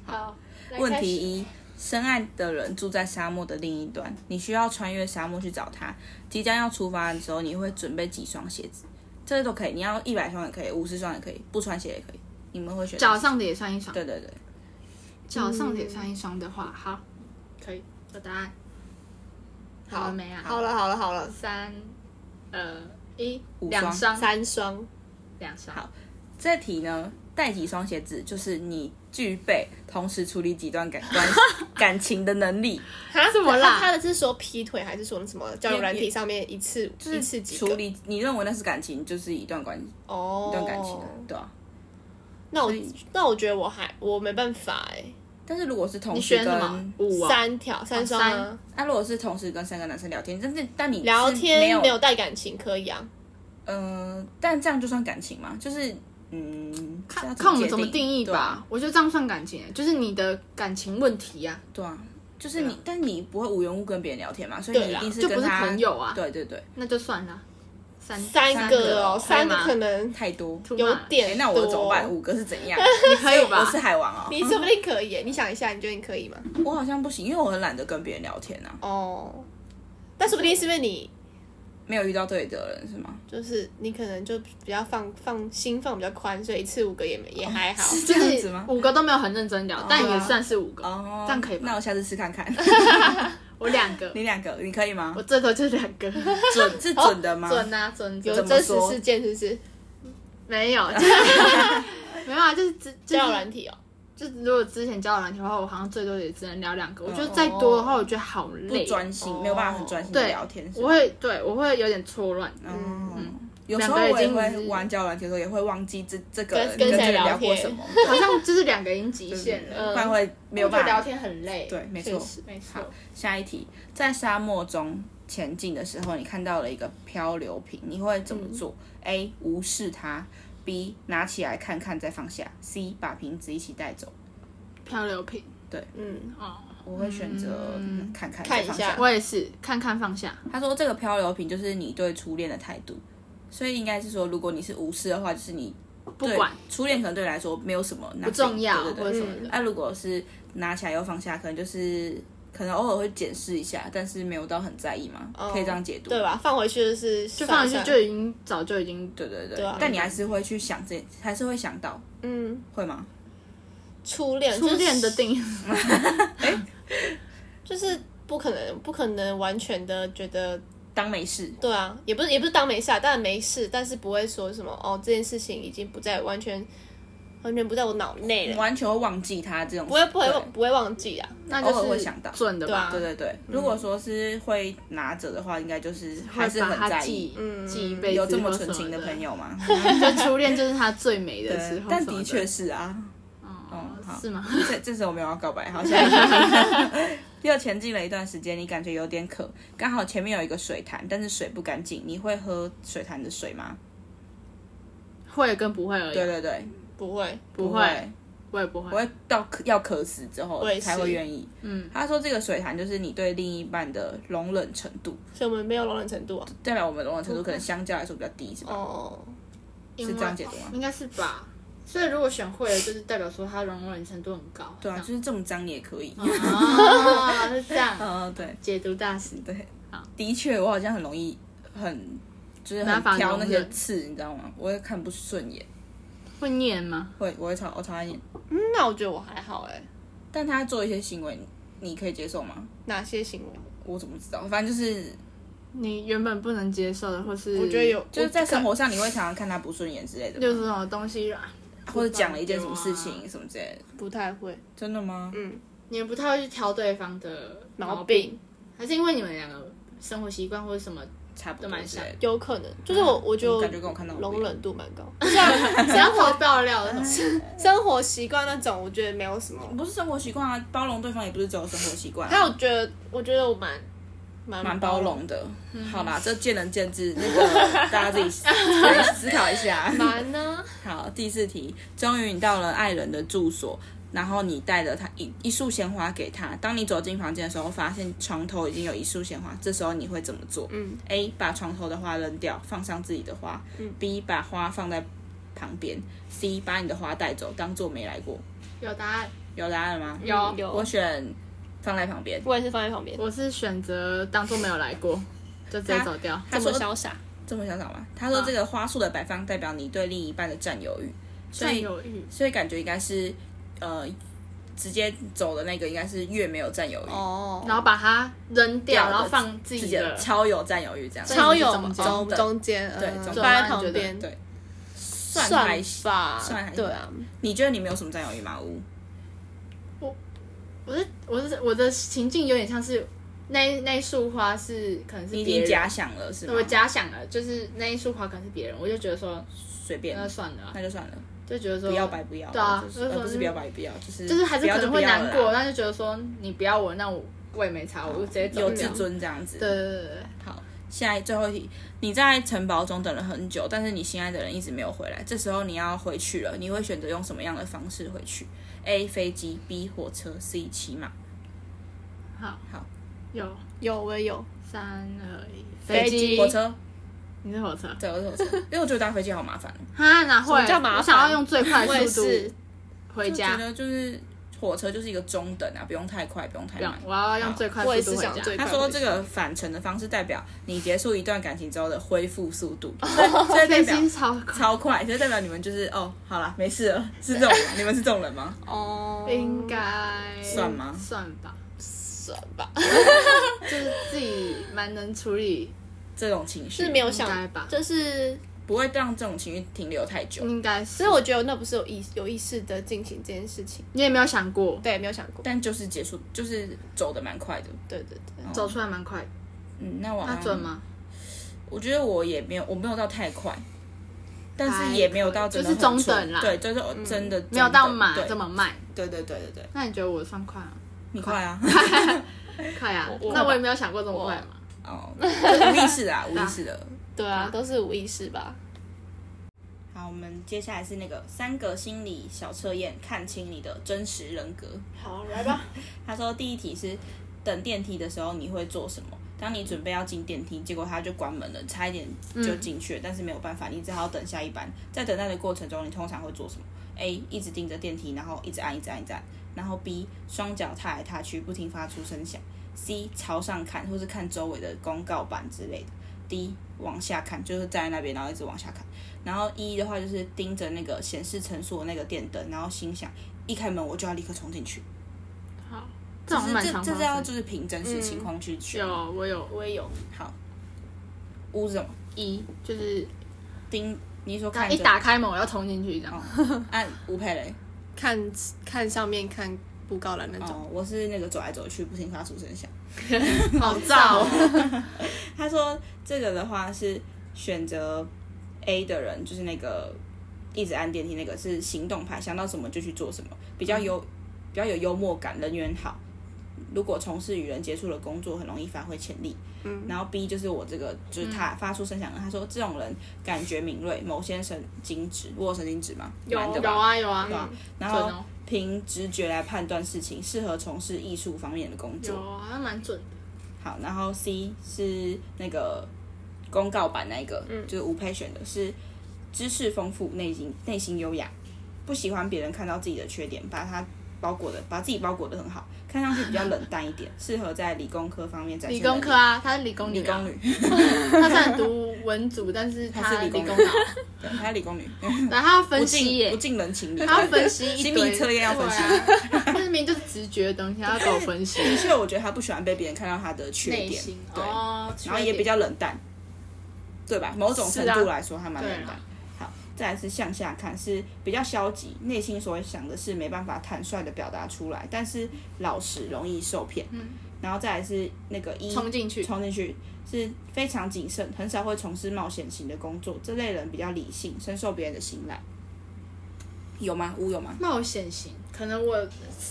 S3: 好，
S1: 问题一：深爱的人住在沙漠的另一端，你需要穿越沙漠去找他。即将要出发的时候，你会准备几双鞋子？这都可以，你要一百双也可以，五十双也可以，不穿鞋也可以。你们会选
S2: 脚？上的也算一双，
S1: 对对对，
S2: 脚上的也算一双的话，好，可以有答案。
S3: 好
S2: 好了没啊？
S3: 好了，好了，好了，
S2: 三，呃，一，
S1: 五
S2: 两
S1: 双
S2: 双，
S3: 三双，
S2: 两双。
S1: 好这题呢，带几双鞋子就是你具备同时处理几段感关 感情的能力，
S3: 哈
S2: 怎么啦
S3: 啊他他的是说劈腿，还是说什么交友软体上面一次
S1: 就是
S3: 一次几
S1: 处
S3: 个？
S1: 理你认为那是感情，就是一段关一
S3: 哦，
S1: 段感情啊，对啊。
S3: 那我
S1: 所以
S3: 那我觉得我还我没办法哎，
S1: 但是如果是同
S2: 你
S1: 时
S2: 选什
S1: 跟
S2: 么？五啊？
S3: 三条
S1: 哦
S3: 三双啊
S2: 三，
S1: 那、如果是同时跟三个男生聊天，但是但你是
S3: 聊天
S1: 没有
S3: 没有带感情可以啊，
S1: 嗯、但这样就算感情吗？就是嗯，看
S2: 看我们怎么定义
S1: 啊
S2: 吧。我觉得这样算感情欸，就是你的感情问题呀、
S1: 对啊，就是你，但你不会无缘无故跟别人聊天嘛，所以你一定
S2: 就
S1: 跟
S2: 不是
S1: 他
S2: 朋友啊
S1: 对对对，
S2: 那就算了。三
S3: 三个哦，
S2: 三
S3: 三
S2: 个
S3: 个
S2: 哦
S3: 可能
S1: 太多。
S2: Too
S3: 有
S2: much
S1: 哎
S3: 点，
S1: 那我怎么办？？五个是怎 样？
S2: 你可以吧？
S1: 我是海王哦，嗯
S3: 你说不定可以耶，你想一下，你觉得你可以吗？
S1: 我好像不行，因为我很懒得跟别人聊天啊，
S3: 哦，但说不定是因为你
S1: 没有遇到对的人是吗？
S3: 就是你可能就比较放放心放比较宽，所以一次五个也没也还好。
S1: 是这样子吗？
S2: 五个都没有很认真聊，但也算是五个。
S1: 哦，
S2: 这样可以吧
S1: 那我下次试看 看。
S2: 我两个，
S1: 你两个，你可以吗
S2: 我？最多就两个，
S1: 准是准的吗？
S2: 准啊准
S3: 有
S1: 怎
S2: 准，
S1: 么
S3: 真实
S1: 说
S3: 事件是不是？
S2: 没有，就是 没有啊，就是只就
S3: 交友
S2: 是
S3: 软体哦，
S2: 就是如果之前交友软体的话，我好像最多也只能聊两个，我觉得
S3: 哦
S2: 再多的话，我觉得好
S1: 不
S2: 累，
S1: 专心，
S3: 哦
S1: 没有办法很专心的
S2: 对
S1: 聊天。是
S2: 我
S1: 吗
S2: 会对我会有点错乱，
S1: 嗯，有时
S2: 两
S1: 候
S2: 个已
S1: 我也
S2: 经
S1: 会
S2: 是
S1: 玩交友软件的时候，也会忘记这这个
S3: 跟
S1: 人
S3: 跟
S1: 这
S3: 谁
S1: 个人
S3: 聊
S1: 聊过
S3: 天
S1: 什 么，
S2: 好像就是两个已经极限
S1: 对
S2: 了，
S1: 不然会没有
S2: 我觉
S1: 办
S2: 得嗯聊
S1: 法。
S2: 天很累，
S1: 对，没
S3: 确
S1: 错。
S3: 实
S2: 没错
S1: 好，下一题，在沙漠中前进的时候，你看到了一个漂流瓶，你会怎
S2: 嗯
S1: 么做、a 无视它；B. 拿起来看看再放下；C. 把瓶子一起带走。
S2: 漂流瓶
S3: 嗯，
S2: 哦，
S1: 我会选择
S2: 嗯
S1: 看看
S3: 看
S1: 再
S3: 一
S1: 放
S3: 下
S2: 我也是看看放下，
S1: 他说这个漂流瓶就是你对初恋的态度，所以应该是说，如果你是无视的话，就是你
S2: 不
S1: 对
S2: 管
S1: 初恋可能对你来说没有什么不
S2: 不重要
S1: 对
S2: 或
S1: 对
S2: 者
S1: 对。
S2: 什么的，
S1: 那、如果是拿起来又放下，可能就是可能偶尔会检视一下，但是没有到很在意嘛，
S2: 哦
S1: 可以这样解读。
S3: 哦对吧？放回去就是
S2: 就
S3: 就
S2: 放下去就已经早就已经
S1: 对对对，
S3: 对啊
S1: 但你还是会去想这，还是会想到，
S3: 嗯，
S1: 会吗？
S3: 初恋
S2: 初恋的
S3: 定
S2: 定义，
S1: 嗯
S3: 就是不可能不可能完全的觉得
S1: 当没事，
S3: 对啊，也不是也不是当没事啊，当然没事，但是不会说什么哦，这件事情已经不在完全完全不在我脑内了，
S1: 完全会忘记他这种，
S3: 不会不会
S1: 对
S3: 忘不会忘记啊。
S2: 那
S1: 偶尔
S2: 就
S1: 会
S2: 是
S1: 想到
S2: 准的吧
S1: 对，对对，如果说是会拿着的话，应该就是还
S2: 会
S1: 是
S2: 把
S1: 很
S2: 它
S1: 在意
S2: 记。嗯记一辈子，
S1: 有这么纯情的朋，友吗？
S2: 就 初恋就是他最美的时
S1: 对
S2: 候，
S1: 但的确，是啊。
S2: 哦
S1: 好，
S2: 是吗？
S1: 这这时候没有要告白，好，下一个。又前进了一段时间，你感觉有点渴，刚好前面有一个水潭，但是水不干净，你会喝水潭的水吗？
S2: 会跟不会而已，啊
S1: 对对对，
S3: 不会，
S2: 不会，我也不会，
S1: 我会到渴要渴死之后
S3: 我也是
S1: 才会愿意。
S2: 嗯，
S1: 他说这个水潭就是你对另一半的容忍程度，
S3: 所以我们没有容忍程度啊。
S1: 代表我们容忍程度可能相较来说比较低，是吧？
S3: 哦，
S2: 因为
S1: 是这样解读吗
S2: 应该是吧。所以如果选会了，就是代表说他容忍程度很高。
S1: 对啊，
S2: 这
S1: 就是这么脏你也可以。
S2: 样啊，是这样。
S1: 嗯，对。
S2: 解读大师，
S1: 对，的确，我好像很容易很就是
S2: 拿
S1: 很
S2: 法
S1: 挑
S2: 容
S1: 那些
S2: 忍
S1: 刺，你知道吗？我也看不顺眼，
S2: 会念吗？
S1: 会我会吵，我吵他眼。
S3: 嗯那我觉得我还好哎、
S1: 但他做一些行为，你可以接受吗？
S3: 哪些行为？
S1: 我怎么知道？反正就是
S2: 你原本不能接受的，或是
S3: 我觉得有，
S1: 就是在生
S3: 我
S1: 活上，你会常常看他不顺眼之类的
S2: 就是
S1: 吗，
S2: 什么东西软，
S1: 或者讲了一件什么事
S2: 有
S1: 情
S2: 啊
S1: 什么之类的。
S3: 不太会，
S1: 真的吗？
S3: 嗯，
S2: 你们不太会去挑对方的
S3: 毛
S2: 病，
S3: 病
S2: 还是因为你们两个生活习惯或者什么？
S1: 差不
S2: 都
S1: 多
S2: 蛮
S1: 之类的。
S3: 有可能就是我，我
S1: 嗯
S3: 就
S1: 感觉跟我看到的不一样
S3: 容忍 度蛮高，
S2: 只要投爆料的东西，
S3: 生活习惯那种，我觉得没有什么。
S1: 不是生活习惯啊，包容对方也不是只有生活习惯啊、
S3: 但我觉得，我觉得我蛮蛮
S1: 蛮包，容的。
S3: 嗯
S1: 好啦，这见仁见智，那个 大家自己 思思考一下。
S3: 蛮呢、
S1: 好，第四题，终于你到了爱人的住所，然后你带着他一一束鲜花给他。当你走进房间的时候，发现床头已经有一束鲜花，这时候你会怎么做？
S3: 嗯
S1: ，A 把床头的花扔掉，放上自己的花。B 把花放在旁边。C 把你的花带走，当做没来过。
S2: 有答案。
S1: 有答案了吗？
S2: 有
S3: 有，
S1: 我选放在旁边。
S3: 我也是放在旁边，
S2: 我是选择当做没有来过，就直接走掉。
S1: 他
S3: 这
S1: 说
S3: 么潇洒，
S1: 这么想想吧，他说这个花束的摆放代表你对另一半的占有欲，所以
S2: 有欲，
S1: 所以感觉应该是呃直接走的那个应该是越没有占有欲，
S3: 哦，
S2: 然后把它扔掉，
S1: 掉的
S2: 然后放
S1: 自
S2: 自己
S1: 己的
S2: 的。
S1: 超有占有欲这样，
S3: 超有
S2: 中间
S3: 中
S1: 对
S3: 中间，
S1: 对
S3: 嗯
S1: 中间
S3: 放在旁边，
S1: 对，算
S3: 算
S1: 还
S3: 吧，
S1: 算还
S3: 对啊，
S1: 你觉得你没有什么占有欲吗？呜，
S2: 我是我是我的情境有点像是那那一束花是可能是
S1: 你已
S2: 别
S1: 经
S2: 人，
S1: 假想了是吗
S2: 我？假想了，就是那一束花可能是别人，我就觉得说
S1: 随便
S2: 那，算了啊，
S1: 那就算了，
S2: 就觉得说
S1: 不要白不要，
S2: 对啊
S1: 就是
S2: 就是
S1: 呃
S2: 说
S1: 不是不要白不要，就是
S2: 就是还是
S1: 不要
S2: 可能会
S1: 不要
S2: 难
S1: 了啊
S2: 过，
S1: 啦，
S2: 那就觉得说你不要我，那我我也没差，我就直接走
S1: 有
S2: 掉呃
S1: 自。尊这样子。
S2: 对对对对对，
S1: 好，下一最后一题，你在城堡中等了很久，但是你心爱的人一直没有回来，这时候你要回去了，你会选择用什么样的方式回去？A. 飞机，B. 火车，C. 骑马。
S2: 好，
S1: 好，
S2: 有
S3: 有我也有，
S2: 三二一，
S3: 飞机
S1: 火车，
S2: 你是火车？
S1: 对，我是火车，因为我觉得搭飞机好麻烦哦，
S2: 哈，哪
S3: 什
S2: 会？
S3: 么叫麻烦
S2: 我想要用最快
S3: 我也
S2: 速
S3: 是
S2: 度回
S1: 就觉
S2: 家，
S1: 得就是火车就是一个中等啊，不用太快，不用太
S2: 不用
S1: 慢，。
S2: 我要用最快
S3: 我也
S2: 速
S3: 是
S2: 度
S3: 想
S2: 回
S3: 最
S2: 家。
S1: 他
S3: 快
S1: 说
S3: 回
S1: 这
S3: 去
S1: 个返程的方式代表你结束一段感情之后的恢复速 度，所以所以代
S2: 飞
S1: 表
S2: 机超快，
S1: 超快，所以代表你们就是哦，好了，没事了，是这种 人，你们是这种人吗？
S3: 哦，
S2: 应该
S1: 算吗
S2: 算吧，
S3: 算吧，
S2: 就是自己蛮能处理，
S1: 这种情绪
S3: 是没有
S2: 应该
S3: 想
S2: 吧，
S3: 就是，
S1: 不会让这种情绪停留太久，
S2: 应该是。
S3: 所以我觉得那不是有意有意识的进行这件事情，
S2: 你也没有想过，
S3: 对，没有想过，
S1: 但就是结束，就是走的蛮快的。
S3: 对对对，
S2: 走出来蛮快的，
S1: 嗯，那我好
S2: 那
S1: 像
S2: 准？吗？
S1: 我觉得我也没有，我没有到太快，但是也没有到真的
S2: 就是中
S1: 很蠢
S2: 等啦嗯
S1: 对，就是真的
S2: 没有到
S1: 满
S2: 马这么慢。
S1: 对对对对对，
S2: 那你觉得我算快吗？
S1: 你快 啊！
S2: 快啊
S3: 我！
S2: 那我也没有想过这么快嘛。
S1: 哦，无意识 啊，无意识的。
S3: 对啊，都是无意识吧，
S1: 好，我们接下来是那个三个心理小测验，看清你的真实人格。
S3: 好，来吧，
S1: 他说第一题是等电梯的时候你会做什么？当你准备要进电梯，结果它就关门了，差一点就进去了，但是没有办法，你只好等下一班。在等待的过程中，你通常会做什么？A. 一直盯着电梯，然后一直按，一直按，一直按。然后 B. 双脚踏来踏去，不停发出声响。C. 朝上看，或是看周围的公告板之类的。D. 往下看，就是站在那边，然后一直往下看。然后 E 的话就是盯着那个显示层数的那个电灯，然后心想一开门我就要立刻冲进去。
S2: 好，这
S1: 就
S2: 种
S1: 是
S2: 蛮
S1: 这
S2: 常
S1: 这是
S2: 发
S1: 要
S2: 生。
S1: 就是凭真实情况去选。
S2: 嗯有，我有，
S3: 我也有，
S1: 好，屋是什么？一
S2: 就是
S1: 盯，你说看
S2: 刚
S1: 着
S2: 一打开门我要冲进去这样。
S1: 按吴佩雷
S3: 看看上面看布告栏那种，
S1: 哦，我是那个走来走去不停发出声响。
S2: 好燥哦！
S1: 他说这个的话是选择 A 的人，就是那个一直按电梯那个是行动派，想到什么就去做什么，比较有、
S2: 嗯
S1: 比较有幽默感，人缘好。如果从事与人接触的工作，很容易发挥潜力。嗯，然后 B 就是我这个，就是他
S2: 嗯
S1: 发出声响的，他说这种人感觉敏锐，某些神经质，我有神经质吗？
S3: 有
S1: 蛮的吧
S2: 有啊有啊，
S3: 嗯
S1: 然
S2: 准
S1: 后
S2: 哦，
S1: 凭直觉来判断事情，适合从事艺术方面的工作
S2: 有。啊，那蛮准的。
S1: 好，然后 C 是那个公告版那一个，
S2: 嗯
S1: 就是吴佩选的，是知识丰富，内心内心优雅，不喜欢别人看到自己的缺点，把它包裹的，把自己包裹的很好，看上去比较冷淡一 点，适合在理工科方面展现
S2: 理
S1: 能力。
S2: 工科啊，她是理工女
S1: 理
S2: 啊，
S1: 工女，
S2: 她虽然读文组，但是她
S1: 她是理工
S2: 工
S1: 女
S2: 脑，
S1: 对，她是理工女，
S2: 然后她要
S1: 不
S2: 分析
S1: 近不
S2: 耶，
S1: 近人情理，
S2: 她要分析一
S1: 心
S2: 堆
S1: 理测验要分析。
S2: 对啊，她明明就是直觉的东西，她要给我分析
S1: 的确，我觉得她不喜欢被别人看到她的缺
S2: 内
S1: 点
S2: 心，
S1: 对，
S2: 哦，
S1: 然后也比较
S2: 较
S1: 冷淡，对吧？某种程
S2: 是啊
S1: 度来说，还蛮冷
S2: 对
S1: 淡
S2: 啊。
S1: 好，再来是向下看，是比较消极，内心所想的事没办法坦率的表达出来，但是老实容易受骗。
S2: 嗯，
S1: 然后再来是那个一
S2: 冲进去，
S1: 冲进去是非常谨慎，很少会从事冒险型的工作，这类人比较理性，深受别人的信赖。有吗？乌有吗？
S2: 冒险型，可能我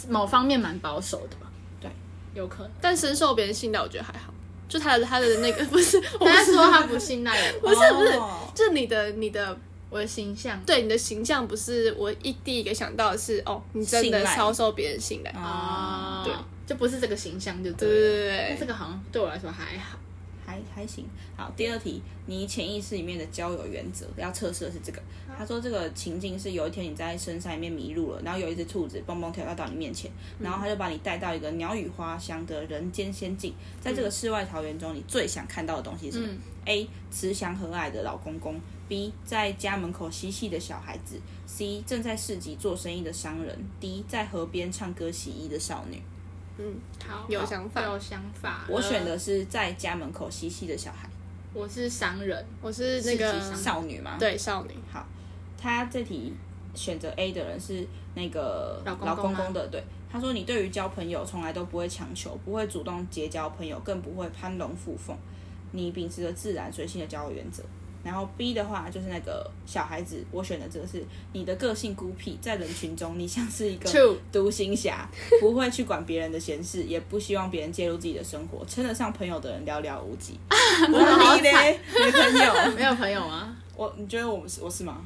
S2: 某方面蛮保守的吧，
S1: 对，
S2: 有可能。
S3: 但深受别人信赖，我觉得还好，就他的他的那个 不是，我不
S2: 他
S3: 是
S2: 说他不信赖
S3: 不
S2: 我，
S3: 是不是
S1: 哦，
S3: 就你的你的
S2: 我的形象，
S3: 对你的形象不是我一第一个想到的是哦，你真
S1: 信
S3: 的
S1: 赖
S3: 超受别人信赖，
S2: 哦
S1: 啊，
S2: 对，就不是这个形象就对
S3: 对
S2: 了。
S3: 对
S2: 但这
S3: 对
S2: 个好像对我来说还好，
S1: 还还行。好，第二题，你潜意识里面的交友原则要测试的是这个。他说这个情境是有一天你在深山里面迷路了，然后有一只兔子蹦蹦跳跳到你面前，然后他就把你带到一个鸟语花香的人间仙境。在这个世外桃源中，你最想看到的东西是什么、a 慈祥和蔼的老公公；B. 在家门口嬉戏的小孩子；C. 正在市集做生意的商人；D. 在河边唱歌洗衣的少女。
S3: 嗯
S2: 好
S3: 有想法
S2: 有想法。
S1: 我选
S2: 呃
S1: 的是在家门口嬉戏的小孩，
S2: 我是商人，
S3: 我是那个
S2: 是
S1: 少女吗？
S3: 对少女，
S1: 他这题选择 A 的人是那个
S2: 老公公吗
S1: 老公公的，对，他说你对于交朋友从来都不会强求，不会主动结交朋友，更不会攀龙附凤，你秉持着自然随性的交友原则。然后 B 的话就是那个小孩子，我选的这个是你的个性孤僻，在人群中你像是一个
S2: True
S1: 独行侠，不会去管别人的闲事，也不希望别人介入自己的生活，称得上朋友的人寥寥无 几。我
S2: 好
S1: 你嘞，没朋友。
S2: 没有朋友吗？
S1: 我你觉得我们是我是吗？